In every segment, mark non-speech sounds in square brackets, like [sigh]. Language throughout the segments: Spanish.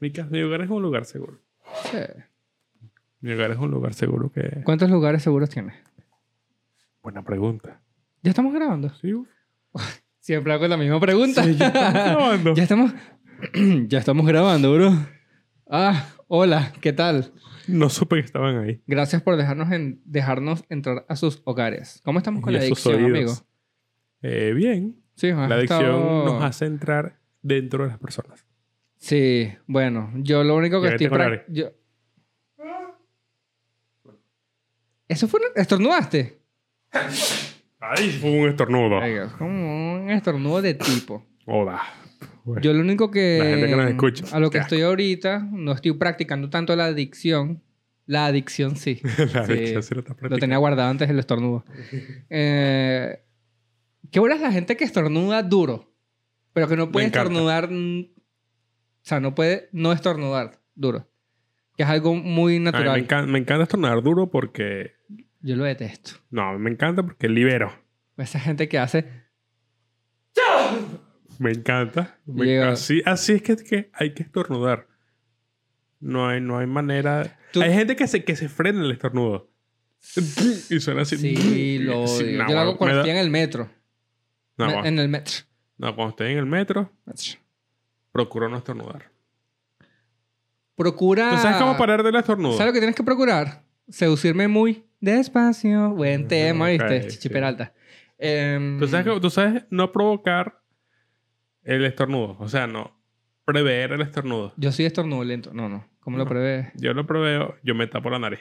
Mi, ca- mi hogar es un lugar seguro. Sí. Mi hogar es un lugar seguro que... ¿Cuántos lugares seguros tienes? Buena pregunta. ¿Ya estamos grabando? ¿Sí? Siempre hago la misma pregunta. Sí, ya estamos grabando. [laughs] ya estamos... [clears throat] ya estamos grabando, bro. Ah, hola, ¿qué tal? No supe que estaban ahí. Gracias por dejarnos, en, dejarnos entrar a sus hogares. ¿Cómo estamos con Y la a sus adicción, oídos. amigo? Eh, bien. Sí, has La adicción estado- nos hace entrar dentro de las personas. Sí, bueno, yo lo único que Ya, vete estoy... con pra- Ari. yo- ¿Eso fue un... ¿Estornudaste? ¡Ay! Fue un estornudo. Ay, es como un estornudo de tipo. Hola. Bueno, Yo lo único que... Pues, em, La gente que nos escucha, A lo qué que estoy ahorita, no estoy practicando tanto la adicción. La adicción [laughs] sí. [laughs] la sí, adicción sí lo está eh, Lo tenía practicando. guardado antes del estornudo. Eh, ¿Qué bola es la gente que estornuda duro? Pero que no puede encanta. estornudar... mm, O sea, no puede no estornudar duro. Que es algo muy A mí natural. me, encanta, me encanta estornudar duro porque... Yo lo detesto. No, me encanta porque libero. Esa gente que hace... Me encanta. Me- Llega. así, así es que, que hay que estornudar. No hay, no hay manera. Tú- Hay gente que se, que se frena el estornudo. Y suena así. Sí, lo odio. Sí, no, Yo lo hago me cuando da- estoy en el metro. no, Me- cuando- en el metro. no, cuando estoy en el metro, procuro no estornudar. Procura. ¿Tú sabes cómo parar del estornudo? Ah. ¿Sabes lo que tienes que procurar? Seducirme muy despacio. Buen Ujú, tema, ¿viste? ok, Chichi sí. Peralta. Em, ¿Tú, sabes, cómo- tú sabes no provocar el estornudo. O sea, no prever el estornudo. Yo soy estornudolento. No, no. ¿Cómo lo No. prevés? Yo lo preveo, yo me tapo la nariz.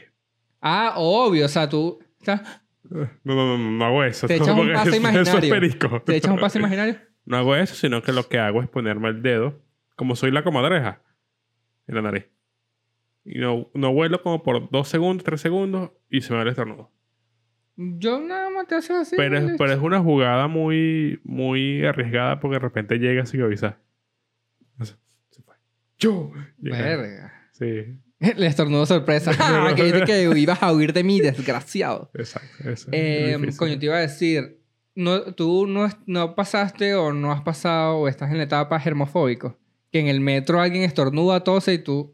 Ah, obvio. O sea, tú estás- No, no, no, no hago eso. Te echas un [laughs] Porque pase eso- Eso es imaginario. perico. te echas [laughs] un pase imaginario. No hago eso, sino que lo que hago es ponerme el dedo, como soy la comadreja, en la nariz. Y no, no vuelo como por dos segundos, tres segundos y se me va el estornudo. Yo nada más te haces así. pero, es, listo. pero es una jugada muy, muy arriesgada porque de repente llega sin avisar. Se- se fue. ¡Yo! Llega. Verga. [laughs] Sí, El [laughs] estornudo sorpresa. [laughs] Ah, que dice que ibas a huir de mí, desgraciado. exacto. eso es Eh, difícil. coño, te iba a decir, no, tú no, es- no pasaste o no has pasado o estás en la etapa germofóbico. Que en el metro alguien estornuda, tose y tú...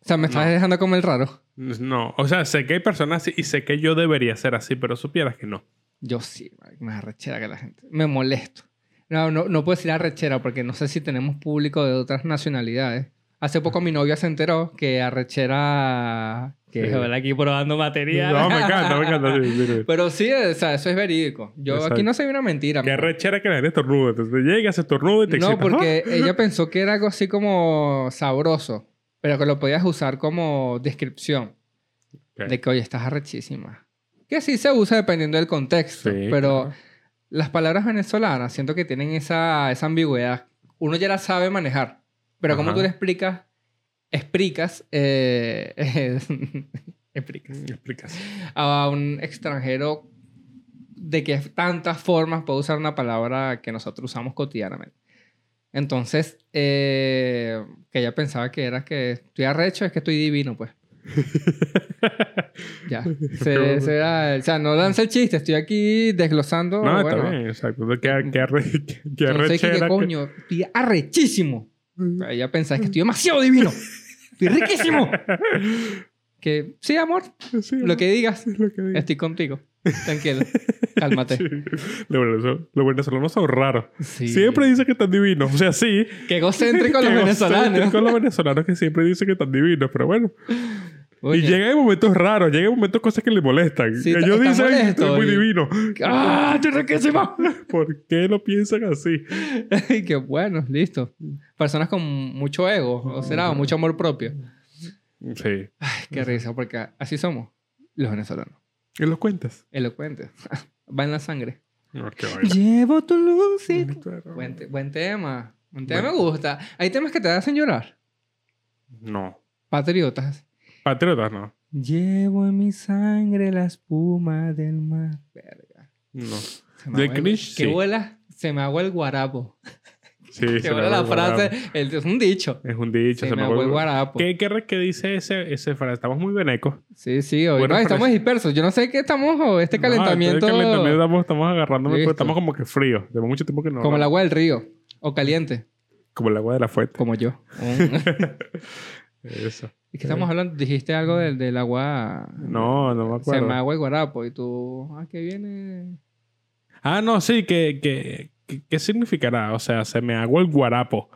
O sea, me estás No. dejando como el raro. No, o sea, sé que hay personas así y sé que yo debería ser así, pero supieras que no. Yo sí, marico, me arrechera que la gente. Me molesto. No, no, no puedo decir arrechera porque no sé si tenemos público de otras nacionalidades. Hace poco mi novia se enteró que arrechera... Que Sí. joder, aquí probando material. No, me encanta, me encanta. sí, [laughs] sí, sí. Pero sí, o sea, eso es verídico. Yo Exacto. aquí no soy una mentira. Qué amigo. rechera que la gente estornuda. Entonces llega, se estornuda y te No, excitas. [laughs] porque ella pensó que era algo así como sabroso, pero que lo podías usar como descripción. Ok. De que, oye, estás arrechísima. Que sí se usa dependiendo del contexto, Sí, pero claro. las palabras venezolanas siento que tienen esa, esa ambigüedad. Uno ya la sabe manejar, pero como Ajá. tú le explicas, explicas, eh, [laughs] explicas Mm, explicas. [laughs] a un extranjero de que tantas formas puede usar una palabra que nosotros usamos cotidianamente. Entonces, eh, que ella pensaba que era que estoy arrecho, es que estoy divino, pues. [laughs] ya. Se, se era- o sea, no lance el chiste, estoy aquí desglosando. No, Oh, bueno, está bien, exacto. Qué, qué, [laughs] arre- qué- qué no sé qué, arrechera. qué que- [laughs] coño, estoy arrechísimo. Ella pensaba que estoy demasiado divino, [laughs] estoy riquísimo. que sí, amor, Sí, lo que este digas. lo que diga. Estoy contigo. Tranquilo. [laughs] Cálmate. Sí. Los venezolanos- los venezolanos son raros. Sí. Siempre dicen que están divinos. O sea, sí. [laughs] Qué egocéntrico los que venezolanos. egocéntricos los venezolanos que siempre dicen que están divinos, pero bueno. Oye, Y llegan en momentos raros, llegan en momentos cosas que les molestan. Sí, está- Ellos está dicen que molesto estoy muy y- divino. ¡Ah, estoy riquísimo! [laughs] ¿Por qué lo piensan así? Ay, Qué bueno, listo. Personas con mucho ego, o será, o mucho amor propio. Sí. Ay, Qué risa, porque así somos los venezolanos. ¿Qué los cuentas? Elocuentes. [laughs] Va en la sangre. No, [laughs] qué vaina. Llevo tu luz. y- Buen, Cuente. te- buen tema. Un tema Bueno. me gusta. Hay temas que te hacen llorar. No. Patriotas. Patriotas no. Llevo en mi sangre la espuma del mar. Verga. No. Se me De agua el- Cringe, ¿Qué sí. vuela? Se me agua el guarapo. Sí, Que se vuela me la hago el guarapo. frase, el- es un dicho. Es un dicho. Se, se me hago agua el guarapo. ¿Qué, qué, re- qué dice ese, ese frase? Estamos muy venecos. Sí, sí, hoy. Buena no, estamos frase. dispersos. Yo no sé qué estamos, o este No, entonces calentamiento. el calentamiento estamos, estamos agarrando, pero Listo. estamos como que fríos. Tenemos mucho tiempo que no. como el hablamos. agua del río. O caliente. Como el agua de la fuente. [laughs] como yo. Un- Eso. ¿Y que estamos hablando? Dijiste algo del, del agua. No, no me Se acuerdo. llama agua y guarapo. Y tú, ah, que viene. Ah, no, sí, que, que, que- ¿qué significará? O sea, se me hago el guarapo.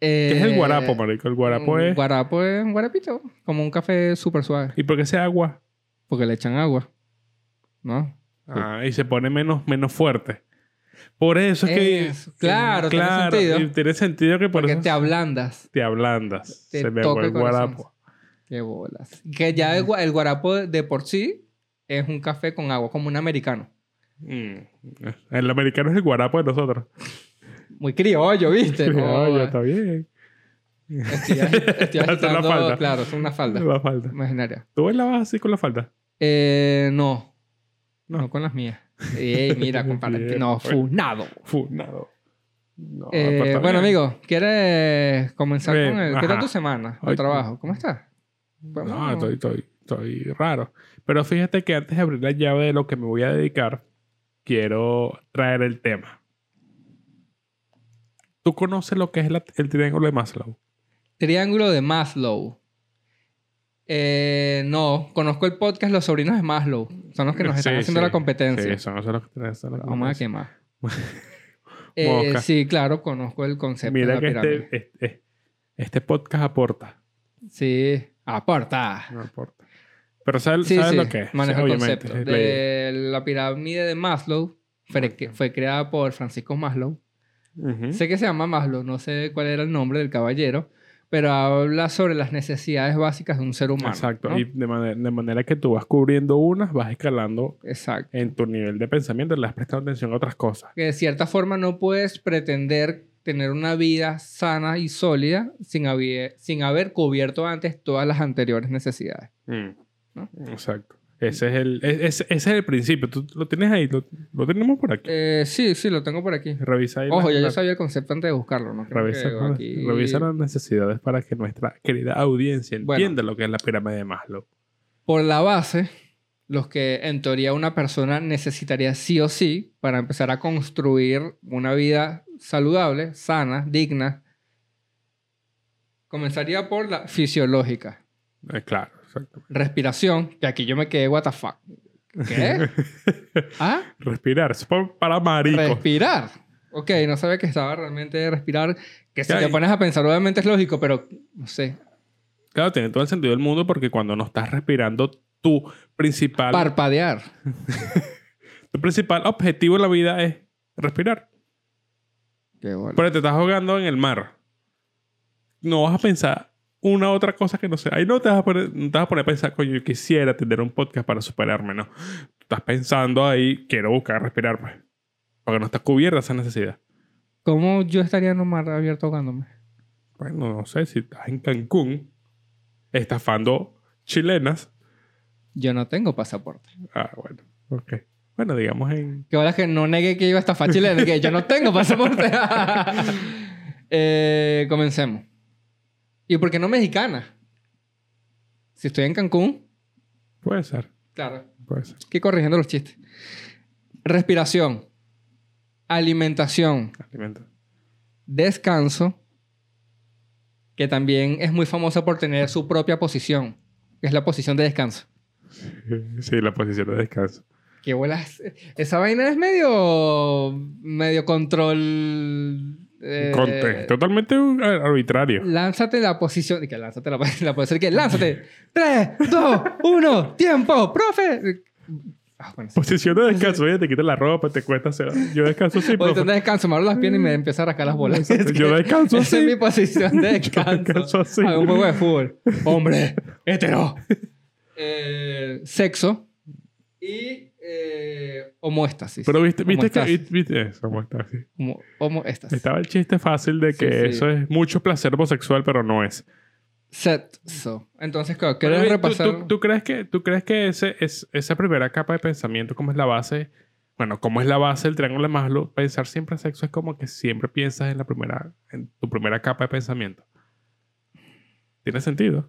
¿Qué es el Eh, guarapo, marico? El guarapo un es... Guarapo es un guarapito. Como un café súper suave. ¿Y por qué se agua? Porque le echan agua. ¿No? Ah, y se pone menos, menos fuerte. Por eso es que... Eso, claro, tiene sentido. y tiene sentido que por Porque eso te ablandas. te ablandas. te se me hago toca el el corazón. guarapo. Qué bolas. Que ya el, gua- el guarapo de por sí es un café con agua, como un americano. Mm. El americano es el guarapo de nosotros. Muy [laughs] criollo, ¿viste? No, Oye, eh. está bien. Estoy, [laughs] estoy Hasta la agitando- falda. Claro, es [laughs] una falda. La falda. Imaginaria. ¿Tú lavas así con la falda? Eh, no. No. No, con las mías. Ey, mira, compadre. [laughs] Bien, No, pues. funado. Funado. No, Eh, pero está bueno, bien. amigo, ¿quieres comenzar Bien, con el... ¿Qué tal ajá. tu semana? ¿Tu Hoy- trabajo? ¿Cómo estás? Pues, Vamos. No, estoy, estoy, estoy raro. Pero fíjate que antes de abrir la llave de lo que me voy a dedicar, quiero traer el tema. ¿Tú conoces lo que es la- el triángulo de Maslow? Triángulo de Maslow. Eh, no, conozco el podcast Los Sobrinos de Maslow. Son los que nos están Sí, haciendo sí. la competencia. Sí, son esos los que son los que Vamos a conocen. [laughs] quemar. Eh, Mosca. sí, claro, conozco el concepto de Mira la que pirámide. este, este, este podcast aporta. Sí, aporta. No aporta. Pero ¿sabes, Sí, sabes sí, lo que es? maneja Sí, el obviamente, concepto. es la idea. De la pirámide de Maslow fue, Ok. fue creada por Francisco Maslow. Ujú. Sé que se llama Maslow, no sé cuál era el nombre del caballero, pero habla sobre las necesidades básicas de un ser humano. Exacto. ¿no? Y de, mane- de manera que tú vas cubriendo unas, vas escalando Exacto. en tu nivel de pensamiento, le has prestado atención a otras cosas. Que de cierta forma no puedes pretender tener una vida sana y sólida sin haber, sin haber cubierto antes todas las anteriores necesidades. ¿No? Exacto. Ese es, el, es- es- ese es el principio. Tú lo tienes ahí, lo, lo tenemos por aquí. Eh, sí, sí, lo tengo por aquí. Revisa ahí. Ojo, las- ya yo las- sabía el concepto antes de buscarlo, ¿no? Creo Revisa, que las- aquí- revisa las necesidades para que nuestra querida audiencia Bueno. entienda lo que es la pirámide de Maslow. por la base, los que en teoría una persona necesitaría sí o sí para empezar a construir una vida saludable, sana, digna. Comenzaría por la fisiológica. Eh, claro, exacto. Respiración, que aquí yo me quedé, what the fuck. [laughs] ¿Qué? ¿Ah? Respirar. Es pa- para maricos. Respirar. Ok, no sabía que estaba realmente de respirar. Que si Ya, te y- pones a pensar, obviamente es lógico, pero no sé. Claro, tiene todo el sentido del mundo porque cuando no estás respirando tu principal, Parpadear. tu principal objetivo en la vida es respirar. Qué bola. Pero te estás ahogando en el mar. No vas a pensar una otra cosa que no sea. Ahí no te vas a poner, no te vas a, poner a pensar, coño, yo quisiera tener un podcast para superarme, no. Estás pensando ahí, quiero buscar respirar, pues. Porque no estás cubierta esa necesidad. ¿Cómo yo estaría en un mar abierto ahogándome? Bueno, Pues, no sé, si estás en Cancún estafando chilenas. Yo no tengo pasaporte. Ah, bueno, ok. Bueno, digamos en... Que ahora que no negué que iba a estafar chileno, que yo no tengo pasaporte. [laughs] Eh, comencemos. ¿Y por qué no mexicana? Si estoy en Cancún, Puede ser, claro, puede ser. que corrigiendo los chistes. Respiración, alimentación, Alimenta. descanso, que también es muy famosa por tener su propia posición, que es la posición de descanso. [laughs] Sí, la posición de descanso. Qué bolas. Esa vaina es medio. medio control. eh, Conte- Totalmente un- a- arbitrario. Lánzate la posición. Que lánzate la, [laughs] la posición. Que lánzate. 3, 2, 1, tiempo, profe. Ah, bueno, sí. Posición [laughs] de descanso. Oye, te quitas la ropa, te cuesta hacer... Yo descanso sí, Voy a profe. intentar descanso, me abro las piernas y me empiezan a rascar las bolas. Es [laughs] que Yo descanso así. Esa es mi posición de Yo descanso. descanso así. Ah, un juego de fútbol. Hombre, hetero. Eh, sexo. Y eh, homoéstasis. Pero viste, viste que... Homoestasis. Viste eso, ¿cómo está? Sí. Homo- homoéstasis. Estaba el chiste fácil de Sí, que sí. eso es mucho placer homosexual, pero no es. Sexo. Entonces, claro, Pero, ¿quieres ¿tú- repasar? ¿tú, tú crees que, tú crees que ese, es, esa primera capa de pensamiento, cómo es la base... Bueno, como es la base del triángulo de Maslow, pensar siempre en sexo es como que siempre piensas en la primera... En tu primera capa de pensamiento. Tiene sentido.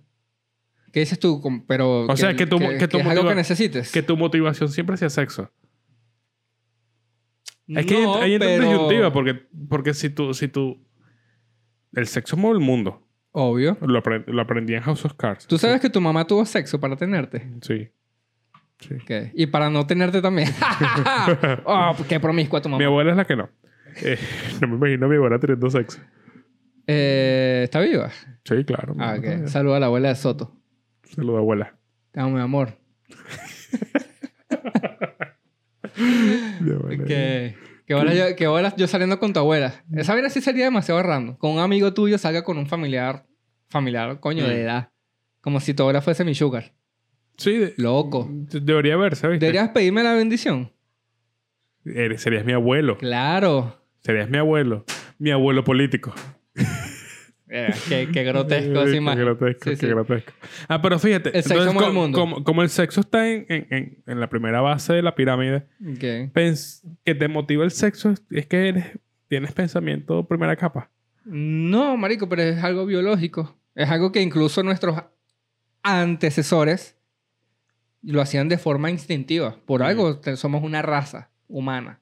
¿Qué dices tú? Com- Pero O sea, que tu- que tu es algo motiva- que necesites. que tu motivación siempre sea sexo. Es que No, hay, hay pero- disyuntiva porque, porque si tú, si tú... El sexo mueve el mundo. Obvio. Lo, apre- lo aprendí en House of Cards. ¿Tú sabes que tu mamá tuvo sexo para tenerte? Sí. Sí. Ok. Y para no [laughs] tenerte también. [laughs] oh, qué promiscua tu Mi mamá. abuela es la que no. Eh, [laughs] no me imagino a mi abuela teniendo sexo. Eh, ¿Está viva? Sí, claro. Ah, no, no, ok. no. Saluda a la abuela de Soto. Saluda, abuela. Te amo, mi amor. Mi abuela. Que, que, ahora yo, que ahora yo saliendo con tu abuela. Esa vaina sí sería demasiado random. Con un amigo tuyo salga con un familiar, familiar, coño, Mm. de edad. Como si tu abuela fuese mi sugar. Sí, de- Loco. de- debería verse, ¿viste? ¿Deberías pedirme la bendición? Eres- Serías mi abuelo. Claro. Serías mi abuelo. Mi abuelo político. Eh, qué, qué Eh, grotesco [laughs] esa Qué imagen. grotesco, Sí, qué sí. grotesco. Ah, pero fíjate. El sexo mueve el como, mundo. Como, como el sexo está en, en- en- en la primera base de la pirámide, Ok. pens- que te motiva el sexo es- es que eres, tienes pensamiento primera capa. No, marico, pero es algo biológico. Es algo que incluso nuestros antecesores lo hacían de forma instintiva. Por Mm. algo te- somos una raza humana.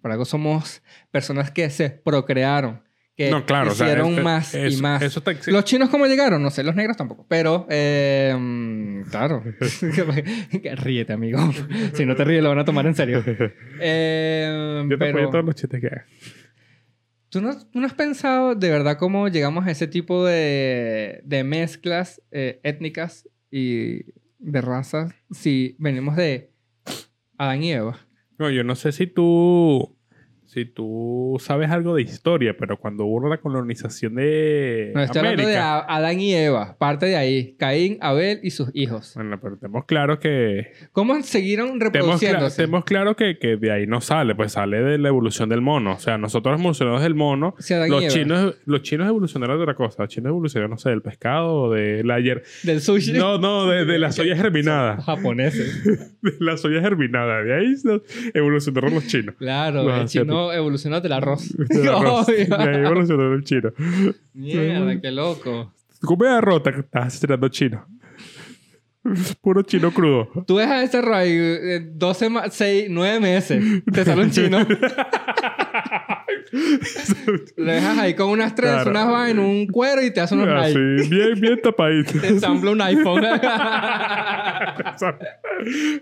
Por algo somos personas que se procrearon. Que no, claro. o sea, este hicieron es- es- más y eso- más. Eso está exi- [laughs] Los chinos cómo llegaron, no sé, los negros tampoco, pero eh, mm, [laughs] claro, ríete amigo, si no te ríes lo van a tomar en serio. Eh, Yo te apoyo pero- en todos los chistes que hagas. ¿Tú no, tú no has pensado de verdad cómo llegamos a ese tipo de, de mezclas eh, étnicas y de razas si venimos de Adán y Eva? No, yo no sé si tú, si tú sabes algo de historia, pero cuando hubo la colonización de No, estoy hablando de América. A- Adán y Eva, parte de ahí, Caín, Abel y sus hijos. Bueno, pero tenemos claro que ¿Cómo siguieron tenemos, cla- reproduciéndose? tenemos claro que, que de ahí no sale, pues sale de la evolución del mono. O sea, nosotros evolucionamos del mono. Si Adán y Los Eva, chinos, los chinos evolucionaron de otra cosa. Los chinos evolucionaron, no sé, del pescado o del ayer. del sushi, No, no, de, de la soya germinada. [laughs] japoneses. De la soya germinada. De ahí se- evolucionaron los [laughs] chinos. Claro, Los el chino evolucionó del arroz. [laughs] Del arroz. De [laughs] Obvio. ahí evolucionaron los chinos. Mierda, qué loco. Comida rota que estás tirando chino. [laughs] Puro chino crudo. Tú dejas ese raíz eh, 12, 6, 9 meses. Te sale un chino. [laughs] Lo dejas ahí con unas trenzas, Claro. Ah, unas vainas, un cuero y te hace unos Así, rayos. bien, bien [laughs] tapadito. [laughs] Te ensambla un iPhone. Eso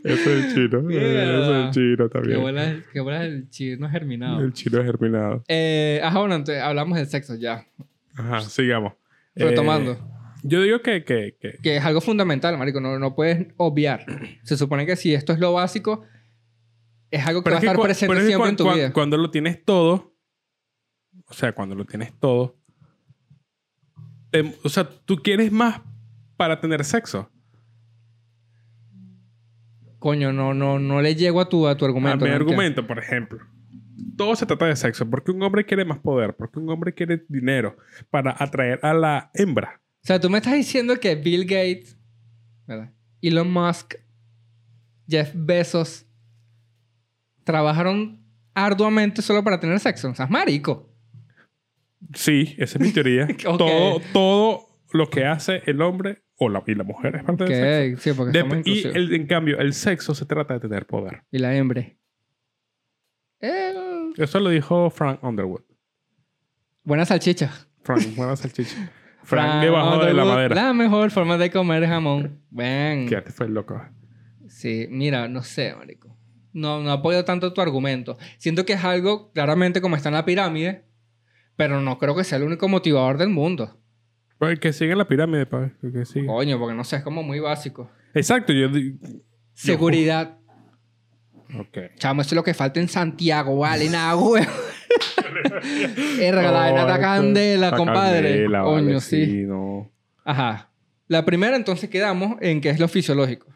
es chino. Eso Mierda. es chino [laughs] qué, también. bola, qué bola el chino germinado. El chino germinado. Eh, ajá, bueno, entonces, hablamos del sexo ya. Ajá, sigamos. Eh, Retomando. yo digo que, que, que que es algo fundamental, marico. No, no puedes obviar. Se supone que si esto es lo básico, es algo que va a es que estar cua- presente pero es que siempre cua- en tu cua- vida. Cuando lo tienes todo, o sea, cuando lo tienes todo, te- o sea, tú quieres más para tener sexo. Coño, no, no, no le llego a tu, a tu A argumento. mi no argumento, por ejemplo. Todo se trata de sexo. Porque un hombre quiere más poder? porque un hombre quiere dinero? Para atraer a la hembra. entiendo. O sea, tú me estás diciendo que Bill Gates, ¿verdad? Elon Musk, Jeff Bezos, trabajaron arduamente solo para tener sexo. O sea, es marico. Sí, esa es mi teoría. [laughs] Ok. todo, todo lo que hace el hombre o la, y la mujer es parte del sexo. Que, sí, porque De- somos y inclusivos. el- en cambio, el sexo se trata de tener poder. Y la hembre. Eh, Eso lo dijo Frank Underwood. buena salchicha. Frank, [laughs] buena salchicha. Frank debajo de la Underwood, madera. La mejor forma de comer jamón. Ven. Que este fue el loco. Sí, mira, no sé, marico. No, no apoyo tanto tu argumento. Siento que es algo, claramente, como está en la pirámide, pero no creo que sea el único motivador del mundo. Pues que sigue la pirámide, pa. ver, Que sigue. Coño, porque no sé, es como muy básico. Exacto, yo. di- Seguridad. Ok. Chamo, eso es lo que falta en Santiago, vale, [laughs] nada, güey. Erga, la vaina está Oh, candela, está compadre. candela, Coño, vale, sí. no. Ajá. La primera entonces quedamos en que es lo fisiológico.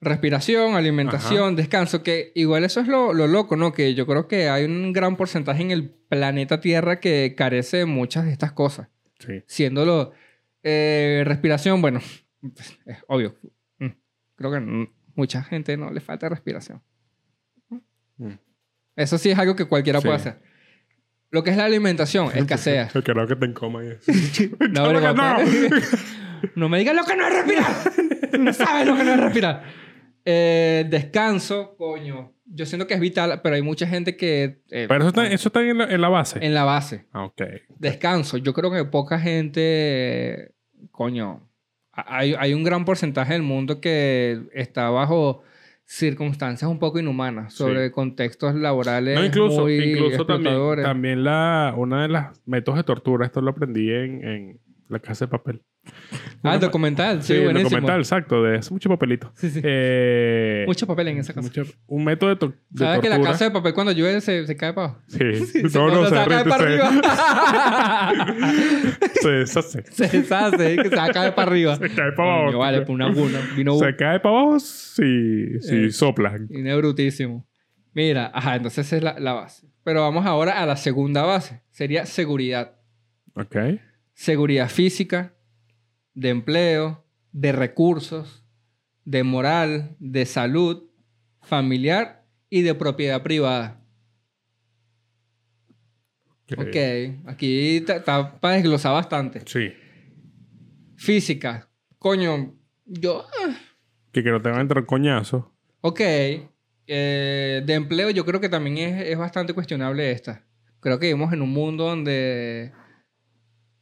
Respiración, alimentación, descanso, que igual eso es lo, lo loco, ¿no? Que yo creo que hay un gran porcentaje en el planeta Tierra que carece de muchas de estas cosas. Sí. Siéndolo, eh, respiración, bueno, pues, es obvio. Mm. Creo que mm, mucha gente no le falta respiración. Mm. Eso sí es algo que cualquiera Sí. puede hacer. Lo que es [laughs] la alimentación, escasea. El carajo que te encoma y eso. [laughs] No, Claro pero- [laughs] No me digas lo que no es respirar. No sabes lo que no es respirar. Eh, descanso, coño. yo siento que es vital, pero hay mucha gente que... eh, Pero eso está, eso está en, la, en la base. En la base. Ah, ok. Descanso. Yo creo que poca gente, eh, coño, ha- hay, hay un gran porcentaje del mundo que está bajo circunstancias un poco inhumanas, Sí. sobre contextos laborales. No, incluso, muy incluso también, explotadores. también la, una de las métodos de tortura, esto lo aprendí en, en la casa de papel. Ah, Una- el documental, Sí, sí, el buenísimo. documental, exacto, de es mucho papelito. Sí, sí. Eh, Mucho papel en esa casa. mucho- un método de, tor- de ¿Sabes que la tortura. casa de papel cuando llueve se, se cae para abajo? [laughs] Sí, [laughs] Sí, no, cuando no, se se cae derrite, para se- [laughs] arriba. se deshace. [laughs] se deshace, que se cae para arriba. Se cae para abajo. Coño, vale, [laughs] pues una guna. Vino Se cae para abajo si, si Eh. soplan. Y no es brutísimo. Mira, ajá, entonces esa es la, la base. Pero vamos ahora a la segunda base. Sería seguridad. Ok. Seguridad física, de empleo, de recursos, de moral, de salud, familiar y de propiedad privada. Ok. Ok, aquí ta- está para desglosar bastante. Sí. Física. Coño, yo... ah, Que, que no te van a entrar coñazos. Ok. eh, de empleo yo creo que también es, es bastante cuestionable esta. Creo que vivimos en un mundo donde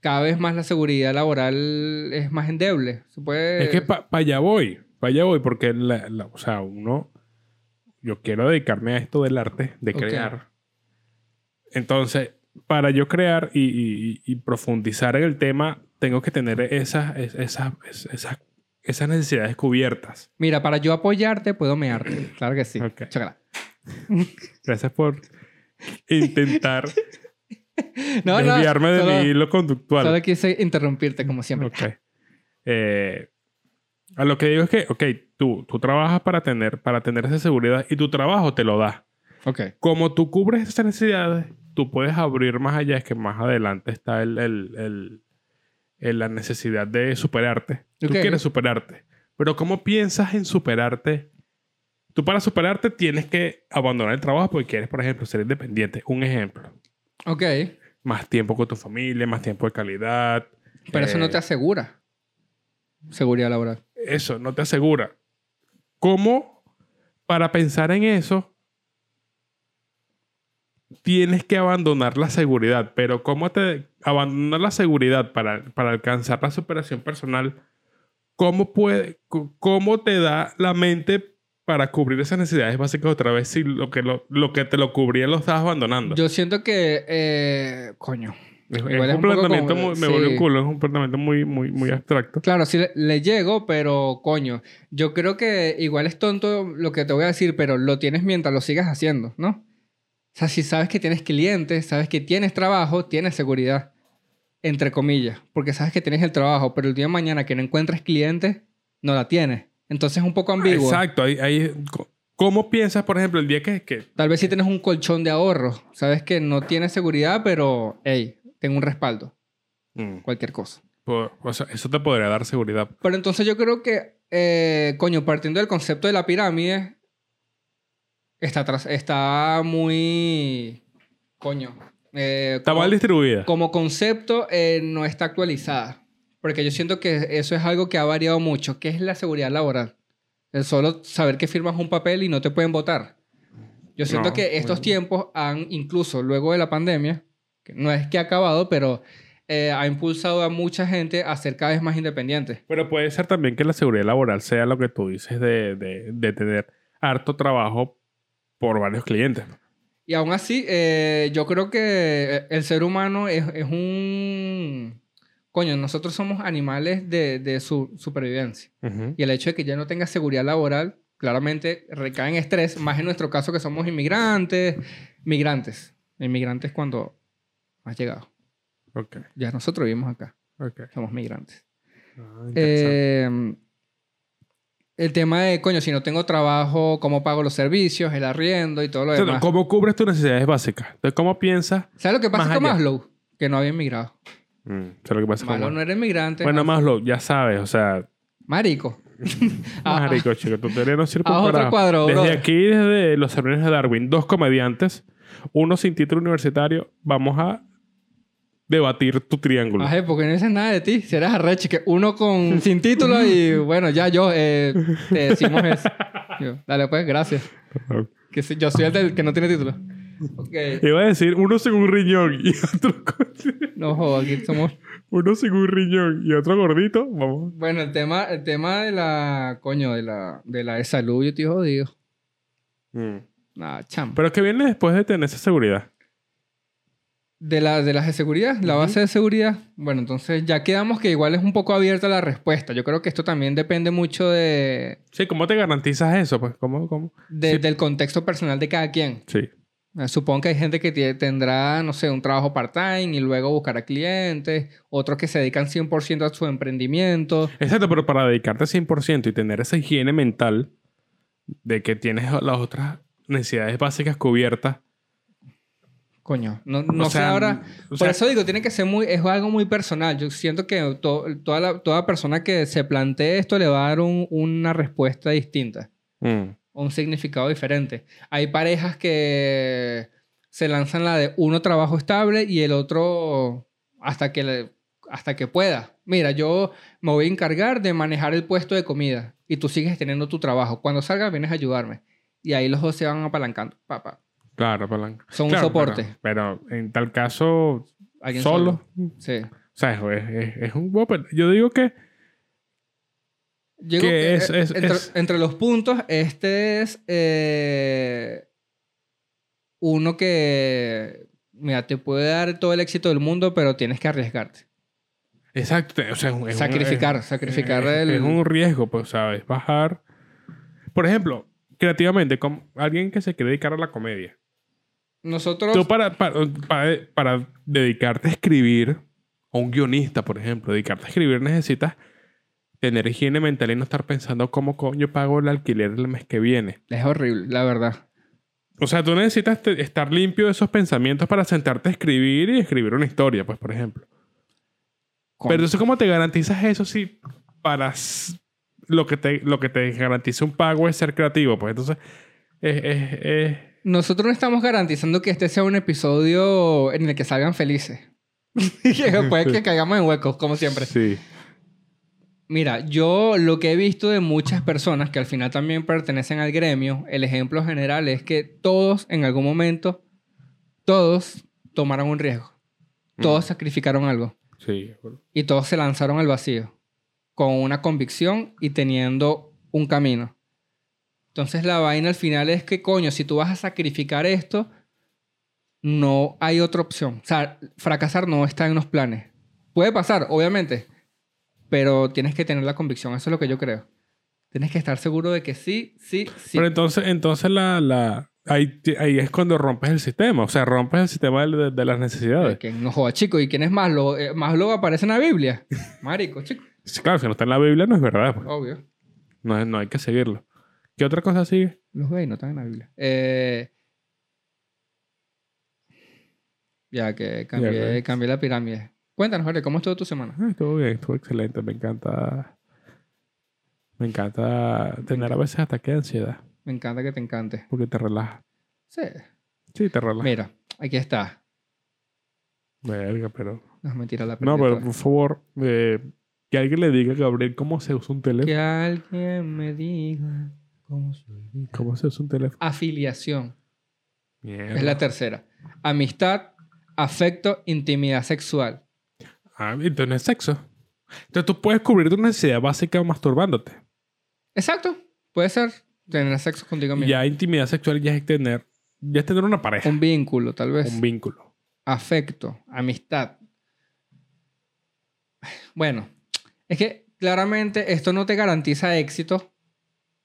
cada vez más la seguridad laboral es más endeble. Se puede... Es que para allá voy, para allá voy, porque, la- la- o sea, uno, yo quiero dedicarme a esto del arte, de Ok. crear. Entonces, para yo crear y, y- y profundizar en el tema, tengo que tener esas, es- esas, es- esas, esas necesidades cubiertas. Mira, para yo apoyarte puedo mearte. Claro que sí. Ok. Chócala. Gracias [laughs] por intentar No, no, desviarme de solo- mi hilo conductual. Solo quise interrumpirte como siempre. Ok. Eh, a lo que digo es que, ok, tú, tú trabajas para tener, para tener esa seguridad y tu trabajo te lo da. Ok. Como tú cubres esas necesidades, tú puedes abrir más allá, es que más adelante está el, el- el- el- la necesidad de superarte. Tú Ok. quieres superarte, pero ¿cómo piensas en superarte? Tú para superarte tienes que abandonar el trabajo porque quieres, por ejemplo, ser independiente. Un ejemplo. Ok. Más tiempo con tu familia, más tiempo de calidad. Pero eso no eh, te asegura seguridad laboral. Eso no te asegura. ¿Cómo para pensar en eso tienes que abandonar la seguridad? Pero ¿cómo te abandonar la seguridad para, para alcanzar la superación personal? ¿Cómo, puede, c- ¿Cómo te da la mente para cubrir esas necesidades básicas otra vez si lo que, lo, lo que te lo cubría lo estás abandonando? Yo siento que... eh, coño. es, es igual es un un poco planteamiento como- muy, me volvió sí. un culo, es un planteamiento muy, muy, muy abstracto. Claro, sí le, le llego, pero coño, yo creo que igual es tonto lo que te voy a decir, pero lo tienes mientras lo sigas haciendo, ¿no? O sea, si sabes que tienes clientes, sabes que tienes trabajo, tienes seguridad, entre comillas, porque sabes que tienes el trabajo, pero el día de mañana que no encuentres clientes, no la tienes. Entonces es un poco ambiguo. Exacto. Ahí, ahí- ¿Cómo piensas, por ejemplo, el día que, que Tal vez si tienes un colchón de ahorro, sabes que no tienes seguridad, pero, hey, tengo un respaldo, Mm. cualquier cosa. Por- o sea, eso te podría dar seguridad. Pero entonces yo creo que, eh, coño, partiendo del concepto de la pirámide, está, tras- está muy... Coño. eh, Está mal como, distribuida. como concepto eh, no está actualizada. Porque yo siento que eso es algo que ha variado mucho. ¿Qué es la seguridad laboral? El solo saber que firmas un papel y no te pueden votar. Yo siento No, que estos bueno. tiempos han, incluso luego de la pandemia, que no es que ha acabado, pero eh, ha impulsado a mucha gente a ser cada vez más independientes. Pero puede ser también que la seguridad laboral sea lo que tú dices de, de- de tener harto trabajo por varios clientes. Y aún así, eh, yo creo que eh, el ser humano es, es un... Coño, nosotros somos animales de, de su, supervivencia. Y el hecho de que ya no tenga seguridad laboral, claramente recae en estrés, más en nuestro caso que somos inmigrantes, migrantes, inmigrantes cuando has llegado. Ok, Ya nosotros vivimos acá, ok. somos migrantes. Ah, interesante. Eh, el tema de, coño, si no tengo trabajo, ¿cómo pago los servicios, el arriendo y todo lo O sea, demás? ¿Cómo cubres tus necesidades básicas? Entonces, ¿cómo piensas? ¿Sabes lo que pasa Más con allá. Maslow? Que no había emigrado. Mm, o sea, lo que pasa con- Malo no era emigrante. Bueno, ah, Maslow, ya sabes, o sea, Marico. Ah, ah, marico, chico, tu teoría no sirve Ah, un otro carajo. cuadro, Desde brother. aquí, desde los sermones de Darwin, dos comediantes, uno sin título universitario, vamos a debatir tu triángulo. Ajá, porque no dices nada de ti. Si eres arrecho, que [laughs] uno con, sin título y bueno, ya yo eh, te decimos eso. Yo, Dale, pues, gracias. Que sí, yo soy el del que no tiene título. Ok. Iba a decir uno sin un riñón y otro con- No, joder, aquí somos... uno sin un riñón y otro gordito. Vamos. Bueno, el tema, el tema de la... Coño, de la de, la de salud, yo estoy jodido. Nah, chamo. Pero que viene después de tener esa seguridad. De, la, de las de seguridad, la Ujú. base de seguridad. Bueno, entonces ya quedamos que igual es un poco abierta la respuesta. Yo creo que esto también depende mucho de, Sí, ¿cómo te garantizas eso? Pues, ¿cómo? cómo? de- Sí. del contexto personal de cada quien. Sí. Eh, Supongo que hay gente que tie- tendrá, no sé, un trabajo part-time y luego buscará clientes, otros que se dedican 100% a su emprendimiento. Exacto, pero para dedicarte 100% y tener esa higiene mental de que tienes las otras necesidades básicas cubiertas. Coño, no, no O sé sea, ahora. o Por sea- eso digo, tiene que ser muy, es algo muy personal. Yo siento que to- toda, la- toda persona que se plantee esto le va a dar un- una respuesta distinta. Mm, un significado diferente. Hay parejas que se lanzan la de uno trabajo estable y el otro hasta que, le- hasta que pueda. Mira, yo me voy a encargar de manejar el puesto de comida y tú sigues teniendo tu trabajo. Cuando salgas vienes a ayudarme. Y ahí los dos se van apalancando. Papá, Claro, palanca. son Claro, un soporte. Pero, pero en tal caso, Alguien solo. Sí. O sea, es, es- es un bopper. Yo digo que Yo Que digo que, es- eh, es- entre, es- entre los puntos, este es eh, uno que, mira, te puede dar todo el éxito del mundo, pero tienes que arriesgarte. Exacto, o sea, es un- es un- Sacrificar, es- sacrificar es- el- Es un riesgo, pues, ¿sabes? Bajar. Por ejemplo, creativamente, como alguien que se quiere dedicar a la comedia. Nosotros, Tú para, para, para, para dedicarte a escribir, o un guionista, por ejemplo, dedicarte a escribir necesitas tener higiene mental y no estar pensando cómo coño pago el alquiler el mes que viene. es horrible, la verdad. O sea, tú necesitas te- estar limpio de esos pensamientos para sentarte a escribir y escribir una historia, pues, por ejemplo. Con- Pero entonces, ¿cómo te garantizas eso si para s- lo que te, lo que te garantiza un pago es ser creativo? Pues entonces, es, es- es- Nosotros no estamos garantizando que este sea un episodio en el que salgan felices. [laughs] Y que Después [laughs] que caigamos en huecos, como siempre. Sí. Mira, yo lo que he visto de muchas personas que al final también pertenecen al gremio, el ejemplo general es que todos en algún momento, todos tomaron un riesgo, todos sacrificaron algo Sí. y todos se lanzaron al vacío con una convicción y teniendo un camino. Entonces la vaina al final es que, coño, si tú vas a sacrificar esto, no hay otra opción. O sea, fracasar no está en los planes. Puede pasar, obviamente, pero tienes que tener la convicción, eso es lo que yo creo. Tienes que estar seguro de que sí, sí, sí. Pero entonces, entonces la, la, ahí, ti- ahí es cuando rompes el sistema. O sea, rompes el sistema de, de- de las necesidades. Que no joda, chico. ¿Y quién es más? Lo, eh, más luego aparece en la Biblia. Marico, chico. Sí, Claro, si no está en la Biblia no es verdad. pues. Obvio. No, es- no hay que seguirlo. ¿Qué otra cosa sigue? Los gays no están en la Biblia. Eh, ya que Ya, cambié, pues. cambié la pirámide. Cuéntanos, Jorge, ¿cómo estuvo tu semana? Ah, estuvo bien, estuvo excelente. Me encanta. Me encanta tener a veces ataque de ansiedad Me encanta que te encante. porque te relaja. Sí. Sí, te relaja. Mira, aquí está. Verga, pero. No, mentira, la No, perdí pero toda. por favor, eh, que alguien le diga a Gabriel cómo se usa un teléfono. Que alguien me diga cómo soy. ¿Cómo se usa un teléfono? Afiliación. Mierda. Es la tercera. Amistad, afecto, intimidad sexual. Ah, entonces es sexo. Entonces tú puedes cubrir tu necesidad básica masturbándote. Exacto. Puede ser tener sexo contigo mismo. Ya intimidad sexual ya es tener, ya es tener una pareja, Un vínculo, tal vez. un vínculo. afecto, amistad. Bueno, es que claramente esto no te garantiza éxito,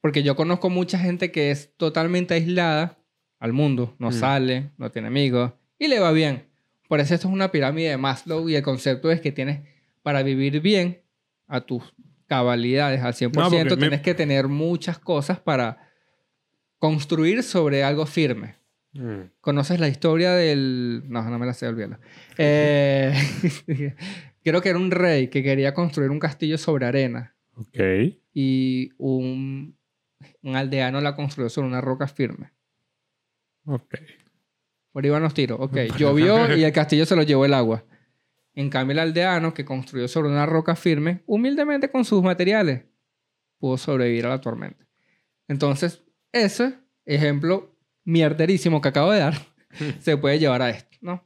porque yo conozco mucha gente que es totalmente aislada al mundo, no Mm. sale, no tiene amigos y le va bien. Por eso esto es una pirámide de Maslow y el concepto es que tienes para vivir bien a tus cabalidades al 100%, porque me- tienes que tener muchas cosas para construir sobre algo firme. Mm. ¿Conoces la historia del...? No, no me la sé, olvídalo. Eh, [laughs] creo que era un rey que quería construir un castillo sobre arena Ok. y un, un aldeano la construyó sobre una roca firme. Ok. Por ahí van los tiros. Ok, llovió y el castillo se lo llevó el agua. En cambio, el aldeano que construyó sobre una roca firme, humildemente con sus materiales, pudo sobrevivir a la tormenta. Entonces, ese ejemplo mierderísimo que acabo de dar se puede llevar a esto, ¿no?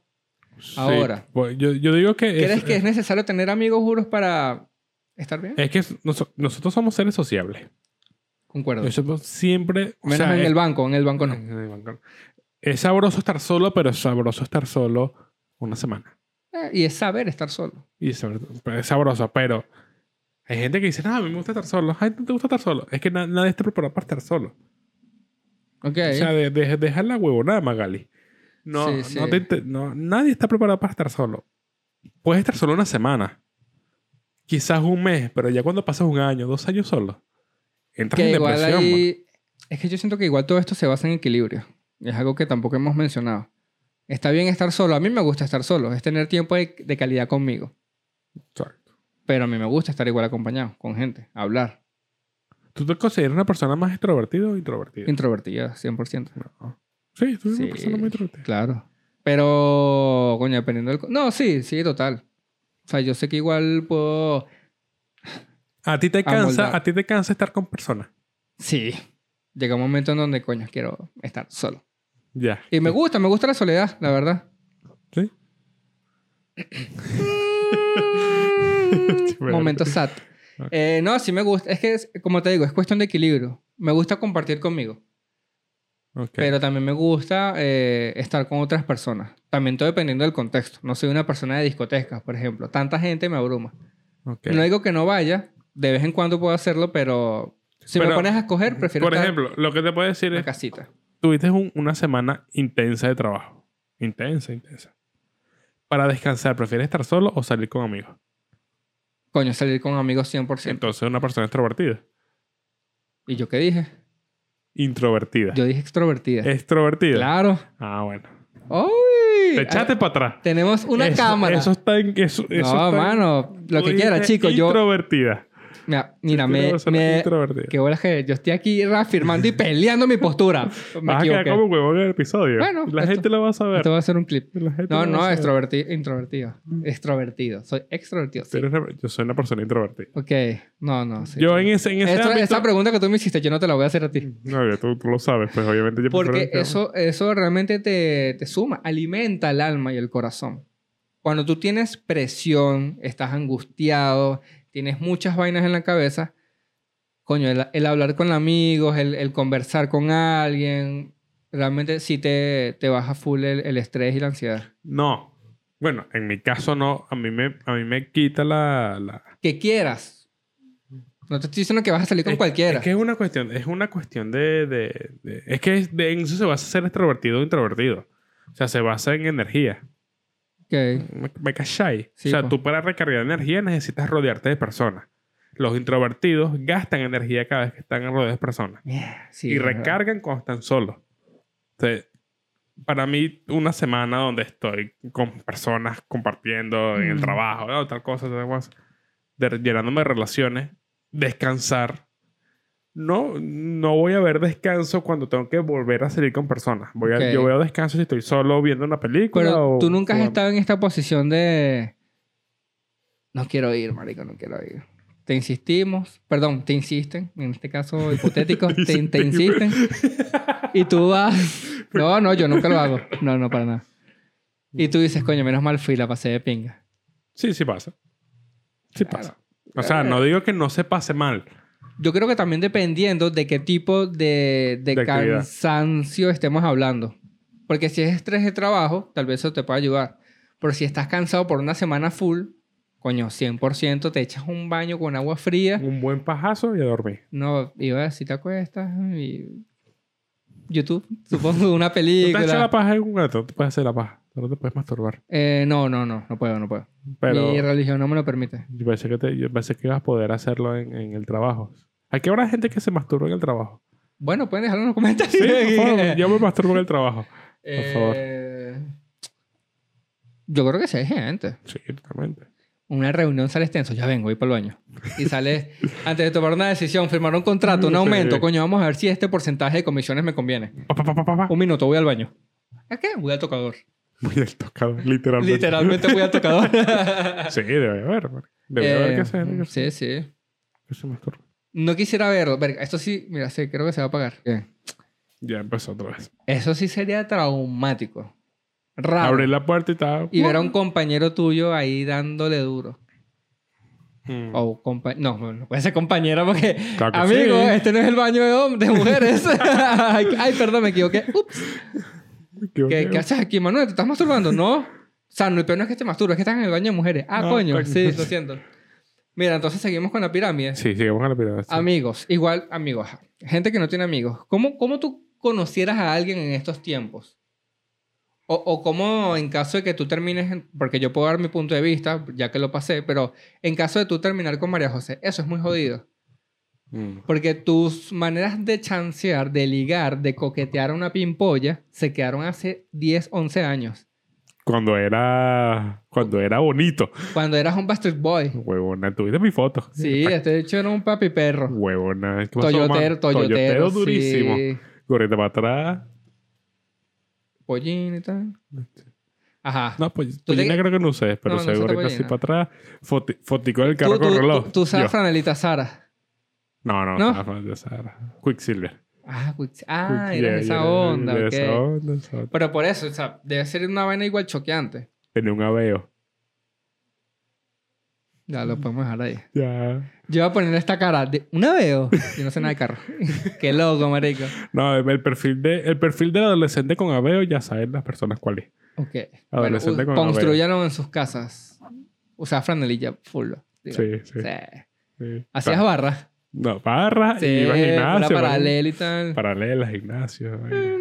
Sí. Ahora. Bueno, yo, yo digo que... ¿Crees es- Eh, que es necesario tener amigos juros para estar bien? Es que nos- nosotros somos seres sociables. Concuerdo. Nosotros siempre... o Menos sea, en es- Eh. el banco, en el banco no. en el banco. Es sabroso estar solo, pero es sabroso estar solo una semana. Eh, y es saber estar solo. Y es sabr- es sabroso, pero hay gente que dice, no, a mí me gusta estar solo. Ay, ¿no te gusta estar solo? Es que na- nadie está preparado para estar solo. Ok. O sea, de, de- deja la huevonada, Magali. No, Sí, sí. no te inte- no, nadie está preparado para estar solo. Puedes estar solo una semana. Quizás un mes, pero ya cuando pasas un año, dos años solo, entras que en igual depresión. man. ahí... Es que yo siento que igual todo esto se basa en equilibrio. Y Es algo que tampoco hemos mencionado. Está bien estar solo. A mí me gusta estar solo. Es tener tiempo de, de calidad conmigo. Exacto. Pero a mí me gusta estar igual acompañado, con gente, hablar. ¿Tú te consideras una persona más extrovertida o introvertida? Introvertida, 100%. No. Sí, tú eres Sí. una persona muy introvertida. Claro. Pero, coño, dependiendo del... co- No, sí, sí, total. O sea, yo sé que igual puedo... A ti te cansa, Amoldado. a ti te cansa estar con personas. Sí. Llega un momento en donde, coño, quiero estar solo. Ya. Y me gusta, me gusta la soledad, la verdad. Sí. [laughs] Momento sad. Ok. Eh, no, sí me gusta. Es que, es- como te digo, es cuestión de equilibrio. Me gusta compartir conmigo, Ok. pero también me gusta eh, estar con otras personas. También todo dependiendo del contexto. No soy una persona de discotecas, por ejemplo. Tanta gente me abruma. Ok. No digo que no vaya, de vez en cuando puedo hacerlo, pero si me Pero, pones a escoger, prefiero Por estar ejemplo, lo que te puedo decir en la es casita. tuviste un- una semana intensa de trabajo. Intensa, intensa. Para descansar, ¿prefieres estar solo o salir con amigos? Coño, salir con amigos 100%. Entonces, una persona extrovertida. ¿Y yo qué dije? Introvertida. Yo dije extrovertida. Extrovertida. Claro. Ah, bueno. ¡Uy! Te echaste para atrás. ah, Tenemos una Eso- cámara. Eso está en. Eso, eso está no, en- mano. Lo Tú que quiera, dijiste chicos. Yo. Introvertida. Mira, Tú mira, eres me. una persona me introvertida. qué bolas que yo estoy aquí [laughs] reafirmando y peleando mi postura. Me Vas a quedar equivoqué. como huevón en el episodio. Bueno, la esto- gente lo va a saber. Esto va a ser un clip. La gente lo No, va no, a saber. extrovertido. Introvertido. Extrovertido. Soy extrovertido. Tú Sí. eres una- Yo soy una persona introvertida. Ok. No, no. sí. Yo en ese, en ese Esto- ámbito- Esa pregunta que tú me hiciste, yo no te la voy a hacer a ti. No, ya tú, tú lo sabes, pues obviamente yo Porque prefiero- eso, eso realmente te, te suma, alimenta el alma y el corazón. Cuando tú tienes presión, estás angustiado, tienes muchas vainas en la cabeza, coño, el, el hablar con amigos, el, el conversar con alguien, realmente sí te, te baja full el, el estrés y la ansiedad. No. Bueno, en mi caso no. A mí me, a mí me quita la... la- Que quieras. No te estoy diciendo que vas a salir con Es- cualquiera. Es que es una cuestión, es una cuestión de... de- de- es que es- de- en eso se basa ser extrovertido o introvertido. O sea, se basa en energía. Ok. ¿Me, me cachai? Sí, o sea, po. tú para recargar energía necesitas rodearte de personas. Los introvertidos gastan energía cada vez que están rodeados de personas. Yeah, sí, y es verdad. recargan cuando están solos. Entonces, para mí, una semana donde estoy con personas compartiendo en el Mm. trabajo, ¿no? tal cosa, tal cosa, de- llenándome de relaciones, descansar. No, no voy a ver descanso cuando tengo que volver a salir con personas. Voy a- Ok. Yo veo descanso si estoy solo viendo una película. Pero o tú nunca has jugando. estado en esta posición de. No quiero ir, marico, no quiero ir. Te insistimos, perdón, te insisten, en este [laughs] caso hipotético, te, te insisten. Y [laughs] tú vas. No, no, yo nunca lo hago. No, no, para nada. Y tú dices, coño, menos mal fui, la pasé de pinga. Sí, sí pasa. Sí Claro. pasa. O sea, no digo que no se pase mal. Yo creo que también dependiendo de qué tipo de, de De actividad. cansancio estemos hablando. Porque si es estrés de trabajo, tal vez eso te pueda ayudar. Pero si estás cansado por una semana full, coño, 100%, te echas un baño con agua fría. Un buen pajazo y a dormir. No, iba si te acuestas y... YouTube, [laughs] supongo, una Tú te has hecho película. la paja en un gato, tú puedes hacer la paja. Tú No te puedes masturbar. Eh, no, no, no, no puedo, no puedo. Pero Mi religión no me lo permite. yo pensé que, te- yo pensé que ibas a poder hacerlo en, en el trabajo. ¿A qué hora hay gente que se masturba en el trabajo? [laughs] Bueno, pueden dejarlo en los comentarios. Sí, por favor, [laughs] yo me masturbo en el trabajo. favor. Eh, Yo creo que sí hay gente. Sí, totalmente. una reunión sales tenso, ya vengo, voy para el baño. Y sales, [laughs] antes de tomar una decisión, firmar un contrato, un Sí. aumento, coño, vamos a ver si este porcentaje de comisiones me conviene. Pa, pa, pa, pa, pa, pa. Un minuto, voy al baño. ¿A qué? Voy al tocador. Muy del tocado, literalmente. Literalmente voy [laughs] al tocador. Sí, debe haber. man. Debe haber Eh, que se, que se- Sí, sí. que se masturbe. No quisiera verlo. Verga, esto sí, mira, sí, creo que se va a pagar. Ya empezó otra vez. Eso sí sería traumático. Raro. Abrí la puerta y estaba... uh, Y ver a un compañero tuyo ahí dándole duro. Mm. O compa- no, no, no puede ser compañera porque, Claro que Oh, amigo, sí. este no es el baño de, hom- [laughs] de mujeres. ay, ay, perdón, me equivoqué. Ups. Me equivoqué. ¿Qué, qué haces aquí, Manuel? ¿Te estás masturbando? No. O sea, no, el peor no es que te masturbes, es que estás en el baño de mujeres. Ah, Ah, coño. coño. Sí, lo siento. Mira, entonces seguimos con la pirámide. Sí, sigamos a la pirámide. sí. Amigos, igual amigos, gente que no tiene amigos. ¿Cómo, cómo tú conocieras a alguien en estos tiempos? O, o cómo en caso de que tú termines, en- porque yo puedo dar mi punto de vista, ya que lo pasé, pero en caso de tú terminar con María José, eso es muy jodido. Mm. Porque tus maneras de chancear, de ligar, de coquetear a una pimpolla, se quedaron hace 10, 11 años. Cuando era... Cuando era bonito. Cuando eras un Bastard Boy. Huevona, tuviste mi foto. Sí, Está- este hecho era un papi perro. Huevona. ¿Qué pasó, Toyotero, man? toyotero. durísimo. sí. Gorrita para atrás. pollín y tal. Ajá. No, pues ¿Tú te- pollina creo que no usé, pero No, se no usaste gorrita así pollina. para atrás. Foti- Fotico del carro tú, con tú- reloj. tú- tú usabas Yo. franelita Sara. No, no, ¿No? no. no, esa era Quicksilver. Ah, cu- ah Quick- era yeah, esa yeah, onda. era ok. esa onda, esa onda. Pero por eso, o sea, debe ser una vaina igual choqueante. Tenía un aveo. Ya lo podemos dejar ahí. Ya. Yo voy a poner esta cara de una veo. Yo no sé nada de carro. [laughs] Qué loco, marico. No, el perfil, de, el perfil del adolescente con aveo ya saben las personas cuál es. Ok. Ah, Adolescente Bueno, u- con construyeron en sus casas. Usaba franelilla full. digo. Sí, sí. Sí. sí. Hacías Pa- barras. No, barra Sí, y iba al era gimnasio. paralela Mm, y tal. Paralelas, gimnasio. eh.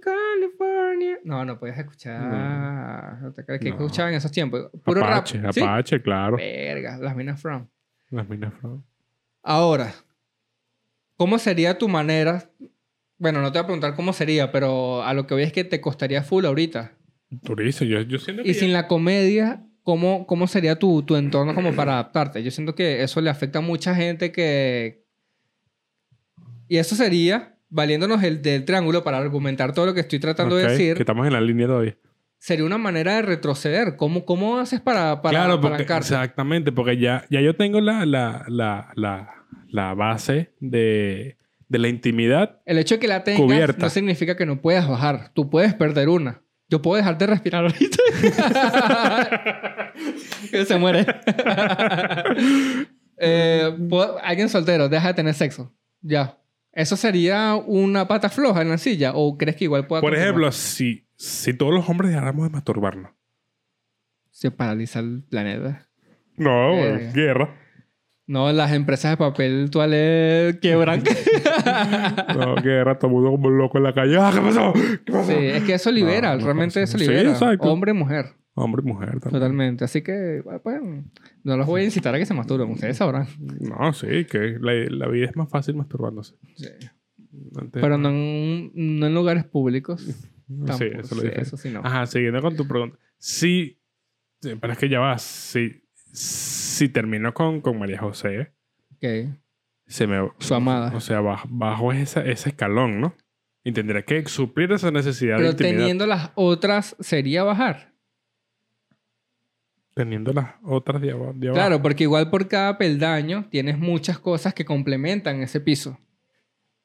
California. No, no podías escuchar. No. te creas que No. escuchaban en esos tiempos? Puro Apache, rap. ¿sí? Apache, claro. Verga, las minas from. Las minas Fro. Ahora, ¿cómo sería tu manera? Bueno, no te voy a preguntar cómo sería, pero a lo que voy es que te costaría full ahorita. Durísimo. Yo, yo siento que. Y ya- sin la comedia, ¿cómo, cómo sería tu, tu entorno como para adaptarte? Yo siento que eso le afecta a mucha gente que... Y eso sería, valiéndonos el del triángulo para argumentar todo lo que estoy tratando Ok, de Que decir, estamos en la línea todavía. sería una manera de retroceder. ¿Cómo, cómo haces para, para claro, porque, apalancarte? exactamente, porque ya, ya yo tengo la, la, la, la, la base de, de la intimidad. El hecho de que la tengas Cubierta. no significa que no puedas bajar. Tú puedes perder una. Yo puedo dejar de respirar ahorita. [laughs] Que Se muere. [laughs] Eh, puedo- alguien soltero, deja de tener sexo. Ya. ¿Eso sería una pata floja en la silla? ¿O crees que igual pueda Por continuar? ejemplo, si, si todos los hombres dejáramos de masturbarnos. Se paraliza el planeta. No, Verga. güey, guerra. No, las empresas de papel toalé [laughs] quiebran. No, guerra, todo el mundo como loco en la calle. ¡Ah, qué pasó! ¿Qué pasó? Sí, es que eso libera. No, no realmente pasa. eso Sí, libera. exacto. Hombre, mujer. Hombre y mujer también. Totalmente. Así que, bueno, pues, no los voy a incitar a que se masturben. Ustedes sabrán. No, sí, que la, la vida es más fácil masturbándose. Antes- Pero no en, no en lugares públicos. Sí, Tampoco. eso lo Sí, dije. Ah. sí no. Ajá, siguiendo con tu pregunta. Sí, sí, pero es que ya va. Si, si termino con, con María José, Ok. se me. Su amada. O sea, baj- bajo, esa- ese escalón, ¿no? Y tendría que suplir esa necesidad de Pero intimidad. teniendo las otras, sería bajar. Teniendo las otras de aba- de abajo. Claro, porque igual por cada peldaño tienes muchas cosas que complementan ese piso.